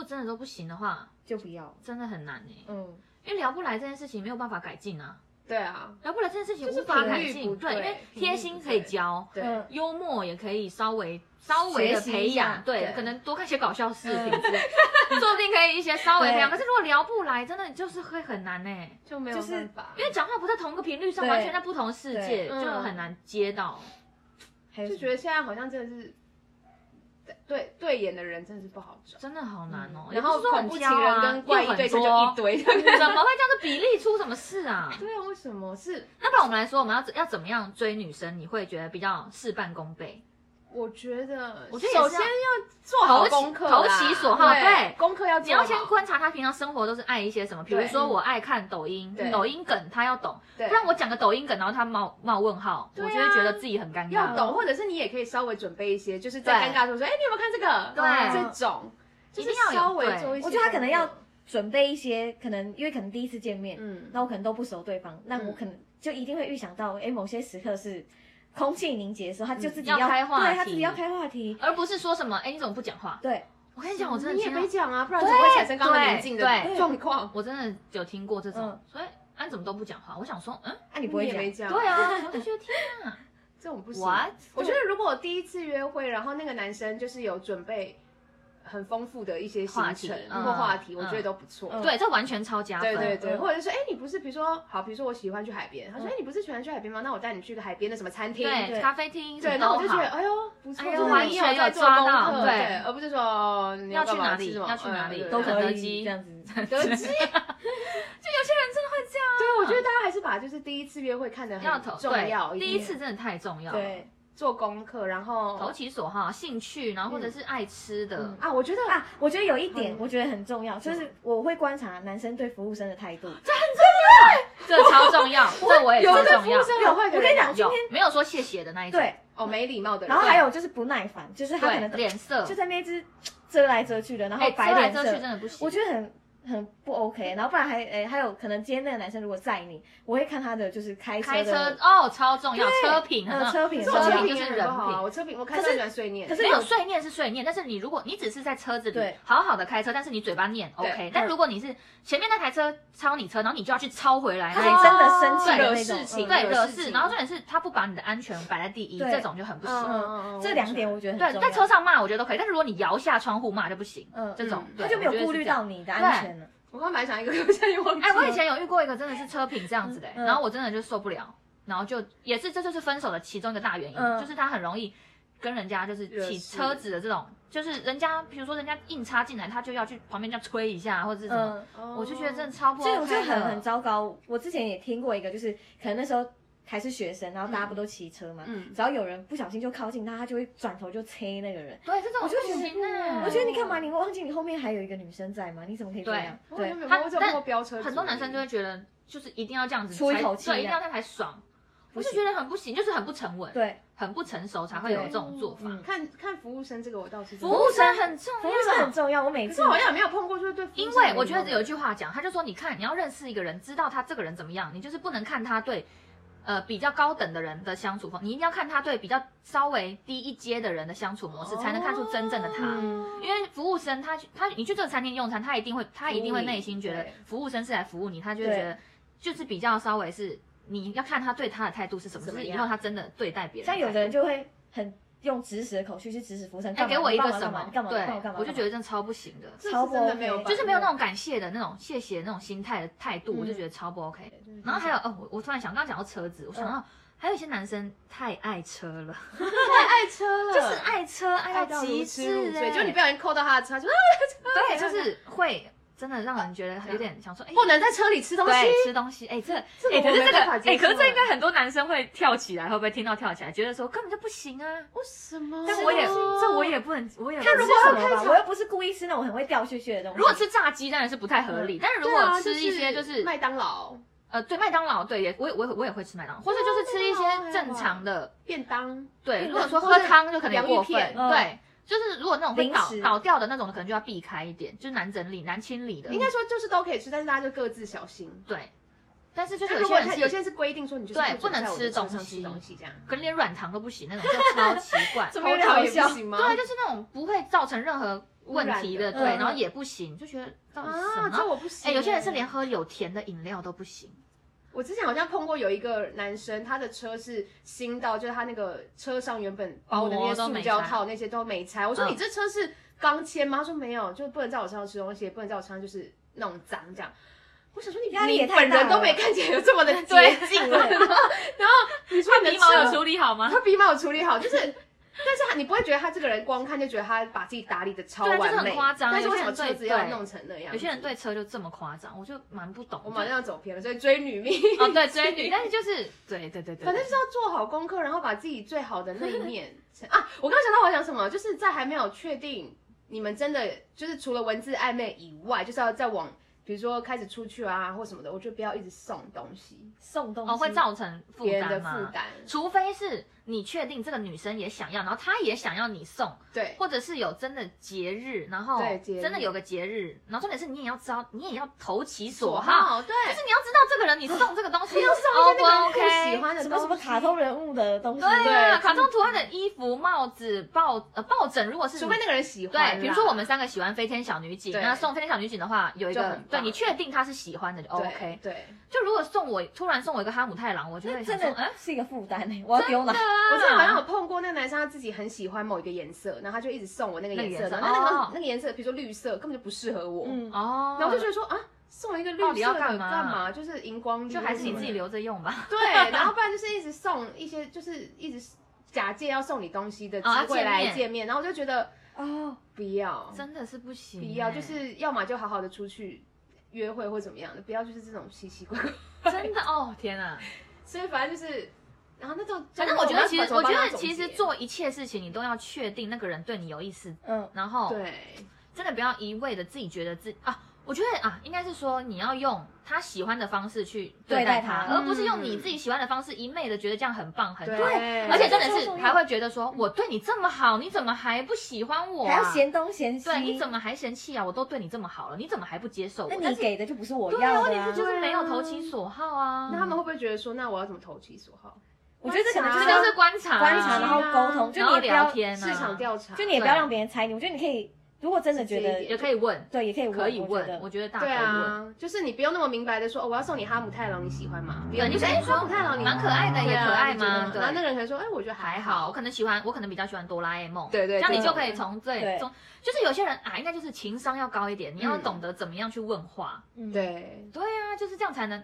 [SPEAKER 3] 果真的都不行的话，
[SPEAKER 2] 就不要。
[SPEAKER 3] 真的很难欸呢。
[SPEAKER 1] 嗯，
[SPEAKER 3] 因为聊不来这件事情没有办法改进啊，
[SPEAKER 1] 对啊，
[SPEAKER 3] 聊不来这件事情
[SPEAKER 1] 就是
[SPEAKER 3] 无法
[SPEAKER 1] 频
[SPEAKER 3] 改
[SPEAKER 1] 率
[SPEAKER 3] 进，
[SPEAKER 1] 不
[SPEAKER 3] 对，因
[SPEAKER 1] 对
[SPEAKER 3] 为
[SPEAKER 1] 频率
[SPEAKER 3] 贴
[SPEAKER 1] 不
[SPEAKER 3] 心
[SPEAKER 1] 对
[SPEAKER 3] 可以教，
[SPEAKER 1] 对，
[SPEAKER 2] 嗯
[SPEAKER 3] 幽默也可以稍微稍微的
[SPEAKER 2] 学习
[SPEAKER 3] 培
[SPEAKER 2] 一下
[SPEAKER 3] 养，对，
[SPEAKER 1] 对
[SPEAKER 3] 可能多看些搞笑视频
[SPEAKER 2] 嗯
[SPEAKER 3] 之类，说不定可以一些稍微 培养。
[SPEAKER 2] 对
[SPEAKER 3] 可是如果聊不来，真的就是会很难呢、
[SPEAKER 1] 就没有
[SPEAKER 2] 就是
[SPEAKER 1] 办法，
[SPEAKER 3] 因为讲话不在同个频率上，
[SPEAKER 2] 对
[SPEAKER 3] 完全在不同世
[SPEAKER 1] 对
[SPEAKER 3] 界，
[SPEAKER 1] 嗯
[SPEAKER 3] 就很难接到。
[SPEAKER 2] 还有
[SPEAKER 1] 就觉得现在好像真的是对对眼的人真的是不好找，
[SPEAKER 3] 真的好难哦、
[SPEAKER 1] 嗯
[SPEAKER 3] 也
[SPEAKER 1] 然
[SPEAKER 3] 不
[SPEAKER 1] 后
[SPEAKER 3] 是说
[SPEAKER 1] 恐
[SPEAKER 3] 很
[SPEAKER 1] 怖
[SPEAKER 3] 挑
[SPEAKER 1] 情人
[SPEAKER 3] 啊
[SPEAKER 1] 跟怪
[SPEAKER 3] 又
[SPEAKER 1] 异
[SPEAKER 3] 很
[SPEAKER 1] 对象就
[SPEAKER 3] 多
[SPEAKER 1] 一 堆，
[SPEAKER 3] 怎么会这样子比例出什么事啊？
[SPEAKER 1] 对啊，为什么是？
[SPEAKER 3] 那不然我们来说，我们要怎要怎么样追女生，你会觉得比较事半功倍？
[SPEAKER 1] 我觉得，
[SPEAKER 3] 我觉得也是要
[SPEAKER 1] 首
[SPEAKER 3] 啊
[SPEAKER 1] 先要做好
[SPEAKER 3] 投其
[SPEAKER 1] 功课啦，
[SPEAKER 3] 投其所好对
[SPEAKER 1] 功课要
[SPEAKER 3] 你要
[SPEAKER 1] 做
[SPEAKER 3] 先
[SPEAKER 1] 好
[SPEAKER 3] 观察她平常生活都是爱一些什么，比如
[SPEAKER 1] 对
[SPEAKER 3] 说我爱看抖音，
[SPEAKER 1] 对
[SPEAKER 3] 抖音梗她要懂，
[SPEAKER 1] 对
[SPEAKER 3] 不然我讲个抖音梗，然后他冒冒问号，我
[SPEAKER 1] 对啊
[SPEAKER 3] 就会觉得自己很尴尬。
[SPEAKER 1] 要懂，或者是你也可以稍微准备一些，就是在
[SPEAKER 3] 嗯对
[SPEAKER 1] 尴尬的时候说，哎，你有没有看这个？嗯
[SPEAKER 3] 对
[SPEAKER 1] 这种就
[SPEAKER 3] 一
[SPEAKER 1] 是
[SPEAKER 3] 定要有
[SPEAKER 1] 稍微
[SPEAKER 3] 对
[SPEAKER 1] 做一些。
[SPEAKER 2] 我觉得他可能要，准备一些，可能因为可能第一次见面，
[SPEAKER 1] 嗯，
[SPEAKER 2] 那我可能都不熟对方，那
[SPEAKER 1] 嗯
[SPEAKER 2] 我可能就一定会预想到，哎，某些时刻是空气凝结的时候，他就自己
[SPEAKER 3] 要开话
[SPEAKER 2] 对他
[SPEAKER 3] 题
[SPEAKER 2] 自己要开话题，
[SPEAKER 3] 而不是说什么哎你怎么不讲话？
[SPEAKER 2] 对，
[SPEAKER 3] 我跟你讲，我真的
[SPEAKER 1] 你也
[SPEAKER 3] 听到
[SPEAKER 1] 可以，讲啊，不然怎么会产生刚刚
[SPEAKER 3] 对
[SPEAKER 1] 宁静的
[SPEAKER 3] 对
[SPEAKER 1] 状况？
[SPEAKER 3] 我真的有听过这种
[SPEAKER 2] 嗯，
[SPEAKER 3] 所以啊你怎么都不讲话？我想说，嗯，
[SPEAKER 2] 啊，你不会
[SPEAKER 1] 也
[SPEAKER 2] 讲，
[SPEAKER 1] 没讲，
[SPEAKER 3] 对，啊，我就觉得天啊
[SPEAKER 1] 这种不行。
[SPEAKER 3] ，what？
[SPEAKER 1] 我觉得如果第一次约会，然后那个男生就是有准备很丰富的一些
[SPEAKER 3] 话
[SPEAKER 1] 行
[SPEAKER 3] 题
[SPEAKER 1] 程
[SPEAKER 3] 嗯
[SPEAKER 1] 或话题，我觉得
[SPEAKER 3] 嗯
[SPEAKER 1] 都不错。
[SPEAKER 2] 嗯
[SPEAKER 3] 对，这完全超加分。
[SPEAKER 1] 对对对，
[SPEAKER 2] 嗯
[SPEAKER 1] 或者是说，哎、你不是比如说，好，比如说我喜欢去海边，他说，哎、你不是喜欢去海边吗？那我带你去个海边的什么餐厅，
[SPEAKER 3] 嗯对
[SPEAKER 2] 对
[SPEAKER 3] 咖啡厅
[SPEAKER 1] 对，
[SPEAKER 3] 什么
[SPEAKER 1] 然后我
[SPEAKER 3] 都
[SPEAKER 1] 就觉
[SPEAKER 3] 好
[SPEAKER 1] 得，。哎呦，不错，
[SPEAKER 3] 哎呦
[SPEAKER 1] 就是
[SPEAKER 3] 完
[SPEAKER 1] 你
[SPEAKER 3] 全
[SPEAKER 1] 有在
[SPEAKER 3] 有
[SPEAKER 1] 做
[SPEAKER 3] 抓
[SPEAKER 1] 功
[SPEAKER 3] 到
[SPEAKER 1] 课，
[SPEAKER 3] 对
[SPEAKER 1] 而不是说你
[SPEAKER 3] 要去
[SPEAKER 1] 干嘛
[SPEAKER 3] 哪里
[SPEAKER 1] 吃什么
[SPEAKER 3] 要去哪里
[SPEAKER 1] 嗯
[SPEAKER 2] 都
[SPEAKER 1] 对
[SPEAKER 2] 可
[SPEAKER 3] 肯德
[SPEAKER 2] 以
[SPEAKER 3] 基
[SPEAKER 2] 这样子，
[SPEAKER 1] 德基，对，我觉得大家还是把就是第一次约会看得
[SPEAKER 3] 嗯要
[SPEAKER 1] 很
[SPEAKER 3] 投
[SPEAKER 1] 重要，
[SPEAKER 3] 对，
[SPEAKER 1] 定
[SPEAKER 3] 第一次真的太重要了，
[SPEAKER 2] 对
[SPEAKER 1] 做功课，然
[SPEAKER 3] 投
[SPEAKER 1] 后
[SPEAKER 3] 其所好，兴趣，然后
[SPEAKER 1] 嗯
[SPEAKER 3] 或者是爱吃的
[SPEAKER 2] 嗯，
[SPEAKER 1] 啊，我觉得
[SPEAKER 2] 啊，我觉得有一点
[SPEAKER 1] 嗯
[SPEAKER 2] 我觉得很重要，就是我会观察男生对服务生的态度，
[SPEAKER 3] 这超重 要，这我也
[SPEAKER 1] 有
[SPEAKER 3] 超
[SPEAKER 1] 的
[SPEAKER 3] 重
[SPEAKER 1] 服务
[SPEAKER 3] 要。
[SPEAKER 1] 生
[SPEAKER 2] 没有
[SPEAKER 1] 很会
[SPEAKER 2] 我跟你讲
[SPEAKER 3] 有没有说谢谢的那一种？
[SPEAKER 2] 啊对，
[SPEAKER 1] 哦，没礼貌的人，
[SPEAKER 2] 然后还有就是不耐烦，就是他可
[SPEAKER 3] 对，
[SPEAKER 2] 能
[SPEAKER 3] 脸色
[SPEAKER 2] 就在那边一直遮来遮去的，然后
[SPEAKER 3] 哎，
[SPEAKER 2] 白
[SPEAKER 3] 遮来
[SPEAKER 2] 脸
[SPEAKER 3] 遮
[SPEAKER 2] 色，
[SPEAKER 3] 去真的不行。
[SPEAKER 2] 我觉得很很不
[SPEAKER 3] 嗯
[SPEAKER 2] OK。然后不然还诶、还有可能今天那个男生如果载你，我会看他的就是开车
[SPEAKER 3] 开
[SPEAKER 2] 的。
[SPEAKER 3] 车哦，超重要，
[SPEAKER 2] 对
[SPEAKER 3] 车品嗯很
[SPEAKER 2] 呃
[SPEAKER 3] 重要
[SPEAKER 2] 车品
[SPEAKER 1] 这
[SPEAKER 2] 很
[SPEAKER 1] 种
[SPEAKER 3] 车
[SPEAKER 2] 重要
[SPEAKER 1] 车
[SPEAKER 3] 品就
[SPEAKER 1] 评
[SPEAKER 3] 是
[SPEAKER 1] 人
[SPEAKER 3] 人
[SPEAKER 1] 不好啊，
[SPEAKER 3] 品。
[SPEAKER 1] 我车评我开车
[SPEAKER 2] 可是
[SPEAKER 1] 很喜欢碎念，
[SPEAKER 2] 可是
[SPEAKER 3] 没有碎念是碎念，但是你如果你只是在车子里
[SPEAKER 2] 对
[SPEAKER 3] 好好的开车，但是你嘴巴念
[SPEAKER 1] 对
[SPEAKER 3] OK，但如果你是前面那台车超你车，然后你就要去超回来
[SPEAKER 2] 他
[SPEAKER 3] 那一
[SPEAKER 2] 是真
[SPEAKER 3] 种，
[SPEAKER 2] 的生气的
[SPEAKER 1] 惹
[SPEAKER 2] 那种
[SPEAKER 1] 事。情
[SPEAKER 2] 嗯
[SPEAKER 3] 对，
[SPEAKER 1] 惹
[SPEAKER 3] 惹
[SPEAKER 1] 事
[SPEAKER 3] 事。
[SPEAKER 1] 情
[SPEAKER 3] 然后重点是他不把你的安全摆在第一，
[SPEAKER 2] 对
[SPEAKER 3] 这种就很不
[SPEAKER 1] 嗯
[SPEAKER 3] 行。
[SPEAKER 1] 嗯嗯嗯
[SPEAKER 2] 哦这两点我觉得
[SPEAKER 3] 对
[SPEAKER 2] 很，重要。
[SPEAKER 3] 在车上骂我觉得都可以，但是如果你摇下窗户骂就不行。
[SPEAKER 2] 嗯
[SPEAKER 3] 这种
[SPEAKER 1] 嗯
[SPEAKER 3] 对
[SPEAKER 2] 他就没
[SPEAKER 3] 我觉
[SPEAKER 2] 有
[SPEAKER 3] 得
[SPEAKER 2] 顾
[SPEAKER 3] 是
[SPEAKER 2] 虑
[SPEAKER 3] 这样
[SPEAKER 2] 到你的安全了。
[SPEAKER 1] 我刚本来想一个， 我现在又忘记
[SPEAKER 3] 哎，我以
[SPEAKER 1] 了。
[SPEAKER 3] 前有遇过一个真的是车品这样子的、欸
[SPEAKER 2] 嗯
[SPEAKER 3] 然后我真的就受不了，然后就也是这就是分手的其中一个大原因，
[SPEAKER 2] 嗯
[SPEAKER 3] 就是他很容易跟人家就是
[SPEAKER 1] 惹
[SPEAKER 3] 起
[SPEAKER 1] 事
[SPEAKER 3] 车子的这种，就是人家比如说人家硬插进来，他就要去旁边这样嗯吹一下或者是什么，
[SPEAKER 2] 嗯，
[SPEAKER 1] 哦
[SPEAKER 3] 我就觉得真的超不 OK
[SPEAKER 2] 所以我觉得很
[SPEAKER 3] 的
[SPEAKER 2] 很糟糕。我之前也听过一个，就是可能那时候还是学生，然后大家不都骑车嘛，
[SPEAKER 1] 嗯
[SPEAKER 2] 只要有人不小心就靠近他，他就会转头就催那个人。
[SPEAKER 3] 对这种
[SPEAKER 2] 我就
[SPEAKER 3] 不
[SPEAKER 2] 觉得
[SPEAKER 3] 行欸呢、
[SPEAKER 2] 我觉得你干嘛？你忘记你后面还有一个女生在吗？你怎么可以这
[SPEAKER 3] 对
[SPEAKER 2] 样？
[SPEAKER 1] 我好
[SPEAKER 2] 对
[SPEAKER 1] 像，没有
[SPEAKER 3] 他
[SPEAKER 1] 我只有
[SPEAKER 3] 但
[SPEAKER 1] 碰过飙车族而已，
[SPEAKER 3] 很多男生就会觉得就是一定要这样子
[SPEAKER 2] 出一
[SPEAKER 3] 才
[SPEAKER 2] 口气
[SPEAKER 3] 对，一
[SPEAKER 2] 这
[SPEAKER 3] 定
[SPEAKER 2] 样
[SPEAKER 3] 要这样才爽，我
[SPEAKER 2] 不
[SPEAKER 3] 就
[SPEAKER 2] 行
[SPEAKER 3] 觉得很不行，就是很不沉稳，
[SPEAKER 2] 对，
[SPEAKER 3] 很不成熟才会有
[SPEAKER 2] 对
[SPEAKER 3] 这种做法。
[SPEAKER 2] 嗯
[SPEAKER 1] 看看服务生这个，我倒是
[SPEAKER 3] 服务生很重要，啊
[SPEAKER 2] 服务是很重要。我每
[SPEAKER 1] 可
[SPEAKER 2] 次
[SPEAKER 1] 是我好像也没有碰过，就是对服务生有
[SPEAKER 3] 因
[SPEAKER 1] 礼貌的
[SPEAKER 3] 为
[SPEAKER 1] 人，
[SPEAKER 3] 我觉得有一句话讲，他就说，你看，你要认识一个人，知道他这个人怎么样，你就是不能看他对，呃，比较高等的人的相处方，你一定要看他对比较稍微低一阶的人的相处模式，才能看出真正的他。
[SPEAKER 2] 哦
[SPEAKER 1] 嗯，
[SPEAKER 3] 因为服务生他去他你去这个餐厅用餐，他一定会他一定会内心觉得
[SPEAKER 1] 对
[SPEAKER 3] 服务生是来服务你，他就会觉得就是比较稍微是你要看他对他的态度是什么，
[SPEAKER 1] 怎
[SPEAKER 3] 就
[SPEAKER 1] 么
[SPEAKER 3] 是以
[SPEAKER 1] 样
[SPEAKER 3] 后他真的对待别人。
[SPEAKER 2] 像有的人就会很用指使的口气去指使服务生，
[SPEAKER 3] 哎，
[SPEAKER 2] 干嘛
[SPEAKER 3] 给我一个
[SPEAKER 2] 你
[SPEAKER 3] 什
[SPEAKER 2] 干嘛
[SPEAKER 3] 么？
[SPEAKER 2] 你干嘛？你
[SPEAKER 3] 对
[SPEAKER 2] 干嘛你干，嘛？
[SPEAKER 3] 我就觉
[SPEAKER 2] 得
[SPEAKER 3] 得真的超不行的，
[SPEAKER 1] 这是真的没有
[SPEAKER 2] 超不
[SPEAKER 1] 办
[SPEAKER 2] OK
[SPEAKER 1] 法，
[SPEAKER 3] 就是没有那种感谢的那种谢谢那种心态的态度，
[SPEAKER 1] 嗯
[SPEAKER 3] 我就觉得超不 OK。
[SPEAKER 1] 种
[SPEAKER 3] 然后还有哦，我我突然想，刚刚讲到车子，我想
[SPEAKER 1] 嗯
[SPEAKER 3] 到哦还有一些男生太爱车了，
[SPEAKER 1] 太爱车了，
[SPEAKER 3] 就是爱车
[SPEAKER 1] 嗯爱
[SPEAKER 3] 爱
[SPEAKER 1] 到
[SPEAKER 3] 到
[SPEAKER 1] 如
[SPEAKER 3] 极
[SPEAKER 1] 痴如
[SPEAKER 3] 致
[SPEAKER 1] 醉，
[SPEAKER 3] 哎，
[SPEAKER 1] 就你不小心扣到他的车，他就啊
[SPEAKER 3] 对，就是会真的让人觉得有点想说，哎，
[SPEAKER 1] 不能在车里吃东西。
[SPEAKER 3] 对，吃东西，哎，这
[SPEAKER 1] 这个
[SPEAKER 3] 哎，可是
[SPEAKER 1] 我
[SPEAKER 3] 这
[SPEAKER 1] 没
[SPEAKER 3] 个
[SPEAKER 1] 办法接
[SPEAKER 3] 哎，可是
[SPEAKER 1] 受
[SPEAKER 3] 这应该很多男生会跳起来，会不会听到跳起来，觉得说根本就不行啊？
[SPEAKER 1] 为什么？
[SPEAKER 3] 但我也这我也不能，我也
[SPEAKER 1] 他如果
[SPEAKER 2] 什
[SPEAKER 1] 要
[SPEAKER 2] 么
[SPEAKER 1] 开
[SPEAKER 2] 吧？
[SPEAKER 1] 场
[SPEAKER 2] 我又不是故意吃那种很会掉屑屑的东西。
[SPEAKER 3] 如果吃炸鸡当然是不太合理，但是如
[SPEAKER 1] 对
[SPEAKER 3] 果
[SPEAKER 1] 啊
[SPEAKER 3] 吃一些就是
[SPEAKER 1] 麦当劳
[SPEAKER 3] 呃，对，麦当劳，对，也我也我也我也会吃麦当劳，或者就是吃一
[SPEAKER 1] 哦
[SPEAKER 3] 些正常的，
[SPEAKER 1] 便当，对
[SPEAKER 3] 对。如果说
[SPEAKER 1] 哎或
[SPEAKER 3] 喝
[SPEAKER 1] 者
[SPEAKER 3] 汤就可能也过分
[SPEAKER 1] 洋芋片，
[SPEAKER 2] 嗯
[SPEAKER 3] 对，就是如果那种会
[SPEAKER 2] 零
[SPEAKER 3] 倒
[SPEAKER 2] 食
[SPEAKER 3] 倒掉的那种，可能就要避开一点，就是难整理、难清理的。
[SPEAKER 1] 应该说就是都可以吃，但是大家就各自小心。
[SPEAKER 3] 对，但是就是
[SPEAKER 1] 但如
[SPEAKER 3] 有些
[SPEAKER 1] 果
[SPEAKER 3] 人
[SPEAKER 1] 他
[SPEAKER 3] 是
[SPEAKER 1] 有些人是规定说你就是
[SPEAKER 3] 对
[SPEAKER 1] 准
[SPEAKER 3] 不能
[SPEAKER 1] 在我的
[SPEAKER 3] 吃
[SPEAKER 1] 车
[SPEAKER 3] 东
[SPEAKER 1] 上
[SPEAKER 3] 西
[SPEAKER 1] 吃东西这样，
[SPEAKER 3] 可能连软糖都不行那种，就超奇 怪。
[SPEAKER 1] 怎
[SPEAKER 2] 么有点好笑
[SPEAKER 1] 不行吗？
[SPEAKER 3] 对，就是那种不会造成任何问题
[SPEAKER 1] 污
[SPEAKER 3] 的，
[SPEAKER 1] 染
[SPEAKER 2] 的
[SPEAKER 3] 对，
[SPEAKER 2] 嗯
[SPEAKER 3] 然后也不行，就觉得到底什
[SPEAKER 1] 啊，
[SPEAKER 3] 么
[SPEAKER 1] 这？我不行。
[SPEAKER 3] 哎，有些人是连喝有甜的饮料都不 行。
[SPEAKER 1] 我之前好像碰过有一个男生，他的车是新到，就是他那个车上原本包的那些
[SPEAKER 3] 膜都
[SPEAKER 1] 塑
[SPEAKER 3] 没
[SPEAKER 1] 胶
[SPEAKER 3] 拆
[SPEAKER 1] 套那些都没拆。我说
[SPEAKER 3] 嗯
[SPEAKER 1] 你这车是刚签吗？他说没有，就不能在我车上吃东西，也不能在我车上就是弄脏这样。我想说你
[SPEAKER 2] 压力也
[SPEAKER 1] 你
[SPEAKER 2] 太
[SPEAKER 1] 本
[SPEAKER 2] 大
[SPEAKER 1] 人都
[SPEAKER 2] 了
[SPEAKER 1] 没看起来有这么的
[SPEAKER 3] 对
[SPEAKER 1] 洁净了，然后 然后你说你的车
[SPEAKER 3] 理好吗？
[SPEAKER 1] 他鼻毛有处理好，就是， 但是他你不会觉得他这个人光看就觉得他把自己打理的超
[SPEAKER 3] 对
[SPEAKER 1] 完美，
[SPEAKER 3] 啊就是很夸张
[SPEAKER 1] 但是
[SPEAKER 3] 有
[SPEAKER 1] 为
[SPEAKER 3] 些
[SPEAKER 1] 什么
[SPEAKER 3] 人
[SPEAKER 1] 车
[SPEAKER 3] 对
[SPEAKER 1] 子要
[SPEAKER 3] 对
[SPEAKER 1] 弄成那样？
[SPEAKER 3] 有些人，对车就这么夸张，我就蛮不懂。
[SPEAKER 1] 我马上要走偏了，所以追女命，
[SPEAKER 3] 哦，对追 女，但是就是对对对对，
[SPEAKER 1] 反正就是要做好功课，然后把自己最好的那一面呈啊。我刚刚想到我想什么，就是在还没有确定你们真的就是除了文字暧昧以外，就是要再往。比如说开始出去啊，或什么的，我觉得不要一直送东西，
[SPEAKER 2] 送东西，
[SPEAKER 3] 哦会造成负
[SPEAKER 1] 别人的
[SPEAKER 3] 担
[SPEAKER 1] 负
[SPEAKER 3] 吗？
[SPEAKER 1] 担。
[SPEAKER 3] 除非是你确定这个女生也想要，然后她也想要你送，
[SPEAKER 1] 对，
[SPEAKER 3] 或者是有真的节日，然后
[SPEAKER 1] 对节日
[SPEAKER 3] 真的有个节日，然后重点是你也要知道，你也要投其所好，
[SPEAKER 1] 对，
[SPEAKER 3] 就是你要知道这个人你送这 个东西
[SPEAKER 1] 不要送一
[SPEAKER 3] 哦
[SPEAKER 1] 些那
[SPEAKER 3] 不
[SPEAKER 1] 个人不
[SPEAKER 3] OK，
[SPEAKER 1] 喜欢的
[SPEAKER 2] 什么什么
[SPEAKER 1] 东西
[SPEAKER 2] 卡通人物的东西。
[SPEAKER 3] 对啊，
[SPEAKER 1] 对
[SPEAKER 3] 卡通图案的衣服、帽子、抱呃抱枕，如果是
[SPEAKER 1] 除非那个人喜欢啦。
[SPEAKER 3] 对，比如说我们三个喜欢飞天小女警，
[SPEAKER 1] 对
[SPEAKER 3] 那送飞天小女警的话，有一
[SPEAKER 1] 就
[SPEAKER 3] 个
[SPEAKER 1] 很棒
[SPEAKER 3] 对你确定她是喜欢的就
[SPEAKER 1] 对
[SPEAKER 3] OK。
[SPEAKER 1] 对，
[SPEAKER 3] 就如果送我突然送我一个哈姆太郎，我就会
[SPEAKER 2] 真
[SPEAKER 3] 想说，
[SPEAKER 2] 的
[SPEAKER 3] 嗯，
[SPEAKER 2] 是一个负担欸我要丢哪？
[SPEAKER 3] 啊
[SPEAKER 1] 我之前好像有碰过那个男生，他自己很喜欢某一个颜色，然后他就一直送我那个颜色，
[SPEAKER 3] 那个颜色
[SPEAKER 1] 然后那个、
[SPEAKER 3] 哦
[SPEAKER 1] 那个颜色，比如说绿色，根本就不适合我，
[SPEAKER 2] 嗯，
[SPEAKER 3] 哦，
[SPEAKER 1] 然后我就觉得说啊，送一个绿
[SPEAKER 3] 到
[SPEAKER 1] 色
[SPEAKER 3] 底
[SPEAKER 1] 的
[SPEAKER 3] 要
[SPEAKER 1] 干
[SPEAKER 3] 干嘛
[SPEAKER 1] 嘛？就是荧光绿，
[SPEAKER 3] 哦就还是你自己
[SPEAKER 1] 留。
[SPEAKER 3] 留着用吧。
[SPEAKER 1] 对，然后不然就是一直送一些，就是一直假借要送你东西的机
[SPEAKER 3] 啊
[SPEAKER 1] 会
[SPEAKER 3] 见
[SPEAKER 1] 来
[SPEAKER 3] 面
[SPEAKER 1] 见面，然后我就觉得
[SPEAKER 2] 哦，
[SPEAKER 1] 不要，
[SPEAKER 3] 真的是不行
[SPEAKER 1] 不
[SPEAKER 3] 欸，
[SPEAKER 1] 要，就是要么就好好的出去。约会或怎么样的，不要就是这种奇奇怪怪。
[SPEAKER 3] 真的哦，天啊！
[SPEAKER 1] 所以反正就是，然后那种，
[SPEAKER 3] 反正我觉得其
[SPEAKER 1] 要
[SPEAKER 3] 实，
[SPEAKER 1] 怎么
[SPEAKER 3] 我觉
[SPEAKER 1] 帮他
[SPEAKER 3] 得
[SPEAKER 1] 总
[SPEAKER 3] 其
[SPEAKER 1] 结
[SPEAKER 3] 实做一切事情，你都要确定那个人对你有意思，
[SPEAKER 2] 嗯，
[SPEAKER 3] 然后
[SPEAKER 1] 对
[SPEAKER 3] 真的不要一味的自己觉得自啊，我觉得啊，应该是说你要用他喜欢的方式去对待他，
[SPEAKER 2] 对待他
[SPEAKER 3] 而不是用你自己喜欢的方式一昧的觉得这样很棒很
[SPEAKER 1] 对，
[SPEAKER 3] 好。
[SPEAKER 2] 对
[SPEAKER 3] 而且真的
[SPEAKER 2] 这
[SPEAKER 3] 是
[SPEAKER 2] 超重要
[SPEAKER 3] 还会觉得说，我对你这么好，你怎么还不喜欢我、啊？
[SPEAKER 2] 还要嫌东嫌西。
[SPEAKER 3] 对，你怎么还嫌弃啊？我都对你这么好了，你怎么还不接受我？
[SPEAKER 2] 那
[SPEAKER 3] 但
[SPEAKER 2] 你
[SPEAKER 3] 是
[SPEAKER 2] 给的就不是我
[SPEAKER 3] 对啊，
[SPEAKER 2] 要
[SPEAKER 3] 问
[SPEAKER 2] 的
[SPEAKER 3] 题
[SPEAKER 2] 啊
[SPEAKER 3] 是就是没有投其
[SPEAKER 1] 对啊
[SPEAKER 3] 所好啊。
[SPEAKER 1] 那他们会不会觉得说，那我要怎么投其所好？
[SPEAKER 2] 我觉得这可能就
[SPEAKER 3] 这
[SPEAKER 2] 是
[SPEAKER 3] 就是观察，
[SPEAKER 2] 观察，
[SPEAKER 1] 啊
[SPEAKER 2] 然后沟通，就
[SPEAKER 3] 然
[SPEAKER 2] 你
[SPEAKER 3] 后
[SPEAKER 2] 也不
[SPEAKER 3] 聊
[SPEAKER 2] 要，
[SPEAKER 3] 天、啊，
[SPEAKER 1] 市场调查，
[SPEAKER 2] 就你也不要让别人猜你。我觉得你可以，如果真的
[SPEAKER 1] 直接
[SPEAKER 2] 觉
[SPEAKER 1] 一
[SPEAKER 2] 得
[SPEAKER 1] 点
[SPEAKER 3] 也可以问，
[SPEAKER 2] 对，也可以
[SPEAKER 3] 可以
[SPEAKER 2] 我觉
[SPEAKER 3] 问，
[SPEAKER 2] 得
[SPEAKER 3] 我觉得大可
[SPEAKER 1] 对
[SPEAKER 3] 以问。
[SPEAKER 1] 啊，就是你不用那么明白的说，哦，我要送你哈姆太郎，你喜欢吗？不
[SPEAKER 3] 对，
[SPEAKER 1] 用
[SPEAKER 3] 你
[SPEAKER 1] 你
[SPEAKER 3] 可
[SPEAKER 1] 说，
[SPEAKER 3] 以
[SPEAKER 1] 哎，
[SPEAKER 3] 说
[SPEAKER 1] 哈姆太郎你
[SPEAKER 3] 嗯蛮可爱的，也
[SPEAKER 1] 对啊
[SPEAKER 3] 可爱
[SPEAKER 1] 你觉得
[SPEAKER 3] 吗
[SPEAKER 1] 呢？然后那个
[SPEAKER 3] 对，
[SPEAKER 1] 人可能说，哎，我觉得还
[SPEAKER 3] 还好。我可能喜欢，我可能比较喜欢哆啦 A 梦。
[SPEAKER 1] 对对
[SPEAKER 3] 这样你
[SPEAKER 2] 对
[SPEAKER 3] 就可以从最
[SPEAKER 2] 对
[SPEAKER 3] 中，就是有些人啊，应该就是情商要高一点，你要懂得怎么样去问话。
[SPEAKER 2] 嗯，
[SPEAKER 1] 对，
[SPEAKER 3] 对啊，就是这样才能。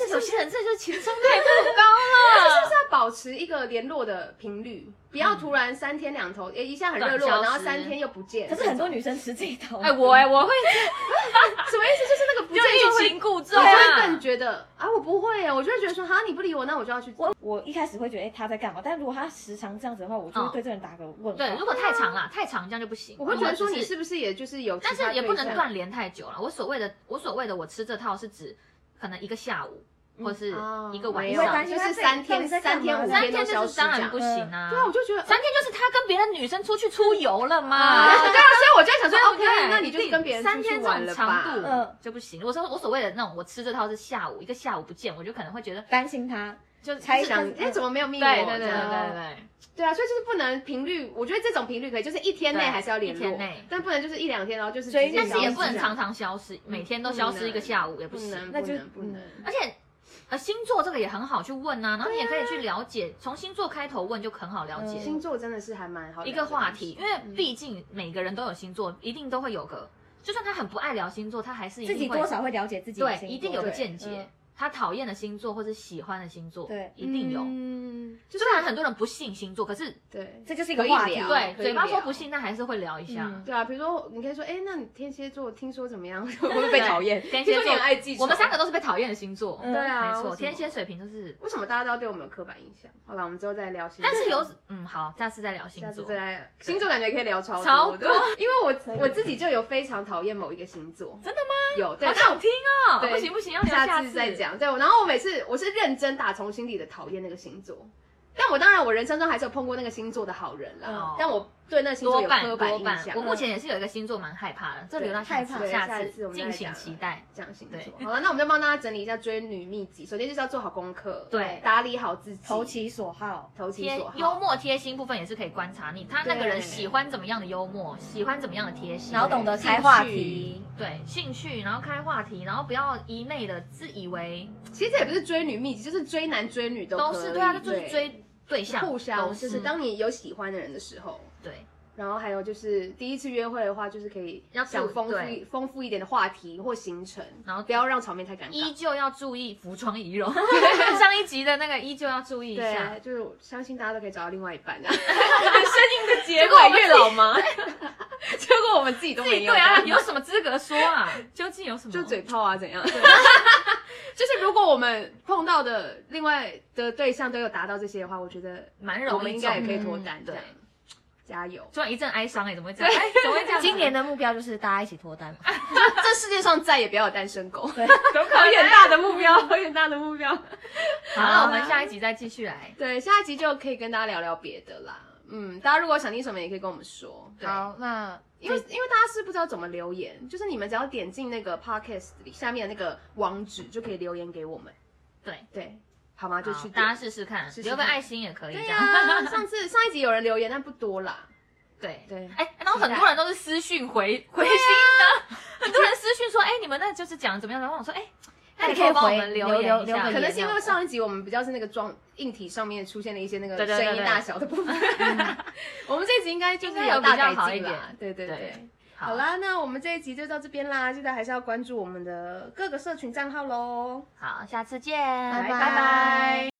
[SPEAKER 1] 而且
[SPEAKER 3] 是有
[SPEAKER 1] 是
[SPEAKER 3] 些人这就是情商太不高
[SPEAKER 1] 就
[SPEAKER 3] 了。
[SPEAKER 1] 是要保持一个联络的频率，不要突然三天两头，哎，一下很热络，
[SPEAKER 3] 短消失
[SPEAKER 1] 然后三天又不见。
[SPEAKER 2] 可是很多女生吃这一套。
[SPEAKER 3] 哎，我哎，我会
[SPEAKER 1] 什么意思？就是那个不
[SPEAKER 3] 就
[SPEAKER 1] 见就
[SPEAKER 3] 欲
[SPEAKER 1] 会，
[SPEAKER 3] 擒故
[SPEAKER 1] 对，
[SPEAKER 3] 纵
[SPEAKER 1] 就会更
[SPEAKER 3] 啊。
[SPEAKER 1] 觉得啊，我不会耶，我就会觉得说，哈，你不理我，那我就要去。
[SPEAKER 2] 我我一开始会觉得哎他在干嘛，但如果他时常这样子的话，我就
[SPEAKER 3] 嗯
[SPEAKER 2] 哦会对这个人打个问号。
[SPEAKER 3] 对，如果太长啦，太长这样就不行。
[SPEAKER 1] 我会觉得说，
[SPEAKER 3] 如果
[SPEAKER 1] 你
[SPEAKER 3] 只是，
[SPEAKER 1] 是不是也就是有其他
[SPEAKER 3] 但
[SPEAKER 1] 对象，
[SPEAKER 3] 是也不能断联太久了。我所谓的，我所谓的我吃这套是指可能一个下午，或是
[SPEAKER 1] 哦
[SPEAKER 3] 一个晚
[SPEAKER 1] 没
[SPEAKER 2] 我也
[SPEAKER 3] 上
[SPEAKER 2] 担，
[SPEAKER 1] 有，
[SPEAKER 2] 心
[SPEAKER 1] 就是
[SPEAKER 2] 他这
[SPEAKER 1] 三
[SPEAKER 2] 到
[SPEAKER 1] 天、
[SPEAKER 2] 底在
[SPEAKER 1] 三
[SPEAKER 2] 干
[SPEAKER 1] 天、
[SPEAKER 2] 嘛
[SPEAKER 1] 五
[SPEAKER 3] 三
[SPEAKER 1] 天
[SPEAKER 3] 天
[SPEAKER 1] 都
[SPEAKER 3] 就
[SPEAKER 1] 消
[SPEAKER 3] 是
[SPEAKER 1] 失
[SPEAKER 3] 当
[SPEAKER 1] 这
[SPEAKER 3] 然
[SPEAKER 1] 样
[SPEAKER 3] 不行啊。
[SPEAKER 1] 对啊，我就觉得
[SPEAKER 3] 三天就是他跟别的女生出去出游了嘛。
[SPEAKER 1] 啊，对啊，所以我就想说
[SPEAKER 3] 对不
[SPEAKER 1] ，OK，
[SPEAKER 3] 对
[SPEAKER 1] 那你就跟别人
[SPEAKER 3] 三
[SPEAKER 1] 出去
[SPEAKER 3] 天这
[SPEAKER 1] 玩
[SPEAKER 3] 种
[SPEAKER 1] 了
[SPEAKER 3] 长
[SPEAKER 1] 吧
[SPEAKER 3] 度？
[SPEAKER 2] 嗯
[SPEAKER 3] 就不行。我说我所谓的那种，我吃这套是下午一个下午不见，我就可能会觉得
[SPEAKER 2] 担心他，
[SPEAKER 3] 就
[SPEAKER 2] 才
[SPEAKER 3] 就是
[SPEAKER 1] 想，哎，怎么没有密
[SPEAKER 3] 对
[SPEAKER 1] 我？
[SPEAKER 3] 对对对对
[SPEAKER 1] 这样
[SPEAKER 3] 对
[SPEAKER 1] 对啊，所以就是不能频率，我觉得这种频率可以，就是一天内
[SPEAKER 3] 对
[SPEAKER 1] 还是要联
[SPEAKER 3] 一
[SPEAKER 1] 络
[SPEAKER 3] 天内，
[SPEAKER 1] 但不能就是一两天，然后就是
[SPEAKER 2] 追
[SPEAKER 1] 直
[SPEAKER 3] 对，
[SPEAKER 1] 接
[SPEAKER 3] 但是
[SPEAKER 1] 消
[SPEAKER 3] 也
[SPEAKER 1] 失
[SPEAKER 3] 不能
[SPEAKER 1] 这样
[SPEAKER 3] 常常消失，每天都消失一个下午也不
[SPEAKER 1] 不
[SPEAKER 3] 行。
[SPEAKER 1] 能，
[SPEAKER 2] 那
[SPEAKER 1] 不
[SPEAKER 2] 就
[SPEAKER 1] 能，不能。
[SPEAKER 3] 而且呃，星座这个也很好去问啊，然后你也可以去了解，从星座开头问就很好了解、
[SPEAKER 1] 嗯星座嗯真的是还蛮好
[SPEAKER 3] 一个话题，因
[SPEAKER 1] 为
[SPEAKER 3] 为毕竟每个人都有星座，一定都会有个，就算他很不爱聊星座，他还是一
[SPEAKER 2] 自己
[SPEAKER 3] 定会
[SPEAKER 2] 多少会了解自己的
[SPEAKER 3] 对，
[SPEAKER 2] 星座，
[SPEAKER 3] 一定有个
[SPEAKER 1] 对
[SPEAKER 3] 见解
[SPEAKER 2] 嗯。
[SPEAKER 3] 他讨厌的星座或者喜欢的星座，
[SPEAKER 2] 对
[SPEAKER 3] 一定有。
[SPEAKER 1] 嗯，就
[SPEAKER 3] 虽然很多人不信星座，可是
[SPEAKER 1] 对
[SPEAKER 2] 这就是一个
[SPEAKER 1] 可以
[SPEAKER 2] 话题。
[SPEAKER 1] 聊
[SPEAKER 3] 对
[SPEAKER 1] 可以
[SPEAKER 3] 嘴巴
[SPEAKER 1] 聊
[SPEAKER 3] 说不信，但还是会聊一下。
[SPEAKER 2] 嗯
[SPEAKER 1] 对啊，比如说你可以说，哎，那你天蝎座听说怎么 样？ 会不会被讨厌？
[SPEAKER 3] 天蝎座
[SPEAKER 1] 听说你很爱记仇
[SPEAKER 3] 我们三个都是被讨厌的星座，
[SPEAKER 2] 嗯
[SPEAKER 1] 对啊，
[SPEAKER 3] 没
[SPEAKER 1] 为什
[SPEAKER 3] 错，
[SPEAKER 1] 么
[SPEAKER 3] 天蝎、水瓶都是。
[SPEAKER 1] 为什么大家都要对我们有刻板印象？好了，我们之后再聊星座。
[SPEAKER 3] 但是有嗯，好，下次再聊星
[SPEAKER 1] 下次
[SPEAKER 3] 座。
[SPEAKER 1] 再来星座，感觉可以聊超
[SPEAKER 3] 超
[SPEAKER 1] 多的， 因为 我我自己就有非常讨厌某一个星座，真的吗？有，对，
[SPEAKER 3] 好
[SPEAKER 1] 但
[SPEAKER 3] 想
[SPEAKER 1] 我
[SPEAKER 3] 听哦，
[SPEAKER 1] 对
[SPEAKER 3] 不行不行，要聊
[SPEAKER 1] 次再。讲。对，然后我每次我是认真打从心底的讨厌那个星座，但我当然我人生中还是有碰过那个星座的好人啦，
[SPEAKER 3] 哦
[SPEAKER 1] 但我对那个星座
[SPEAKER 3] 多
[SPEAKER 1] 有
[SPEAKER 3] 半
[SPEAKER 1] 刻板
[SPEAKER 3] 多
[SPEAKER 1] 印
[SPEAKER 3] 半
[SPEAKER 1] 象，
[SPEAKER 3] 我。目前也是有一个星座蛮害怕的，这留到下
[SPEAKER 2] 害
[SPEAKER 3] 次，
[SPEAKER 2] 怕
[SPEAKER 1] 对下
[SPEAKER 3] 下
[SPEAKER 1] 次我们再
[SPEAKER 3] 敬请
[SPEAKER 1] 讲
[SPEAKER 3] 期待。
[SPEAKER 1] 这样星
[SPEAKER 3] 对
[SPEAKER 1] 座。好了，那我们就帮大家整理一下追女秘籍。首先就是要做好功课，
[SPEAKER 3] 对
[SPEAKER 1] 打理好自己，
[SPEAKER 2] 投其所好，
[SPEAKER 1] 投其
[SPEAKER 3] 贴
[SPEAKER 1] 所好，
[SPEAKER 3] 幽默贴心部分也是可以观察你，他那个人
[SPEAKER 1] 对
[SPEAKER 3] 喜欢怎么样的幽默，喜欢怎么样的贴心，
[SPEAKER 2] 然后懂得开话题，
[SPEAKER 3] 对兴趣，然后开话题，然后不要一昧的自以为
[SPEAKER 1] 其实这也不是追女秘籍，就是追男追女都
[SPEAKER 3] 都
[SPEAKER 1] 可
[SPEAKER 3] 是
[SPEAKER 1] 以
[SPEAKER 3] 对啊，那就是追对象，
[SPEAKER 1] 互相，
[SPEAKER 3] 都
[SPEAKER 1] 就是当你有喜欢的人的时候。
[SPEAKER 3] 对
[SPEAKER 1] 然后还有就是第一次约会的话，就是可以
[SPEAKER 3] 要
[SPEAKER 1] 想
[SPEAKER 3] 注
[SPEAKER 1] 丰富
[SPEAKER 3] 对
[SPEAKER 1] 一丰富一点的话题或行程，
[SPEAKER 3] 然后
[SPEAKER 1] 不要让场面太尴
[SPEAKER 3] 依
[SPEAKER 1] 尬。
[SPEAKER 3] 旧要注意服装仪 容，上一集的那个依旧要注意一下
[SPEAKER 1] 对，。就是我相信大家都可以找到另外一半 的。很生硬的结
[SPEAKER 3] 果我们
[SPEAKER 1] 月老吗？ 结果我们自己都
[SPEAKER 3] 自己
[SPEAKER 1] 没有
[SPEAKER 3] 对啊，有什么资格说啊？究竟有什么？
[SPEAKER 1] 就嘴炮啊，怎样？ 就是如果我们碰到的另外的对象都有达到这些的话，我觉得
[SPEAKER 3] 蛮
[SPEAKER 1] 我
[SPEAKER 3] 容易
[SPEAKER 1] 们应该也可以
[SPEAKER 3] 中
[SPEAKER 1] 脱
[SPEAKER 3] 嗯
[SPEAKER 1] 单。这
[SPEAKER 3] 对
[SPEAKER 1] 样，加油！
[SPEAKER 3] 突然一阵哀伤哎、怎么会这样？哎、怎么会这样子？
[SPEAKER 2] 今年的目标就是大家一起脱单。
[SPEAKER 1] 这世界上再也不要有单身狗，
[SPEAKER 2] 对，
[SPEAKER 1] 好远大的目标，好远大的目标。
[SPEAKER 3] 好了，我们下一集再继续来。
[SPEAKER 1] 对，下一集就可以跟大家聊聊别的啦。嗯，大家如果想听什么，也可以跟我们说。
[SPEAKER 3] 对
[SPEAKER 2] 好，那
[SPEAKER 1] 因为因为大家是不知道怎么留言，就是你们只要点进那个 podcast 里下面的那个网址，就可以留言给我们。
[SPEAKER 3] 对
[SPEAKER 1] 对，好吗？就
[SPEAKER 3] 好
[SPEAKER 1] 去
[SPEAKER 3] 大家
[SPEAKER 1] 点。
[SPEAKER 3] 试试看，
[SPEAKER 1] 试试
[SPEAKER 3] 留个
[SPEAKER 1] 看
[SPEAKER 3] 爱心也可以。
[SPEAKER 1] 对
[SPEAKER 3] 这
[SPEAKER 1] 呀、
[SPEAKER 3] 样。
[SPEAKER 1] 上次上一集有人留言，但不多啦。
[SPEAKER 3] 对啊
[SPEAKER 1] 对
[SPEAKER 3] 哎、然后
[SPEAKER 1] 期待
[SPEAKER 3] 很多人都是私讯回回心的，很多人私讯说，哎、你们那就是讲怎么样？然后我想说，哎、那
[SPEAKER 2] 那
[SPEAKER 3] 你
[SPEAKER 2] 你
[SPEAKER 3] 可
[SPEAKER 2] 可
[SPEAKER 3] 以
[SPEAKER 2] 以
[SPEAKER 3] 帮我
[SPEAKER 2] 回
[SPEAKER 3] 们留
[SPEAKER 2] 留
[SPEAKER 3] 言一
[SPEAKER 2] 留留
[SPEAKER 3] 下，
[SPEAKER 1] 可
[SPEAKER 2] 个言
[SPEAKER 1] 能是因为上一集我们比较是那个装硬体上面出现了一些那个
[SPEAKER 3] 对对对
[SPEAKER 1] 声音
[SPEAKER 3] 对
[SPEAKER 1] 大小的部分， 我们这集应该就
[SPEAKER 3] 应
[SPEAKER 1] 是
[SPEAKER 3] 该有
[SPEAKER 1] 大
[SPEAKER 3] 比较
[SPEAKER 1] 改
[SPEAKER 3] 好一
[SPEAKER 1] 进啦
[SPEAKER 3] 点。
[SPEAKER 1] 对对
[SPEAKER 3] 对
[SPEAKER 1] 对。
[SPEAKER 3] 好
[SPEAKER 1] 好啦，那我们这一集就到这边啦，记得还是要关注我们的各个社群账号喽。
[SPEAKER 3] 好，下次见，
[SPEAKER 1] 拜
[SPEAKER 2] 拜
[SPEAKER 1] 拜。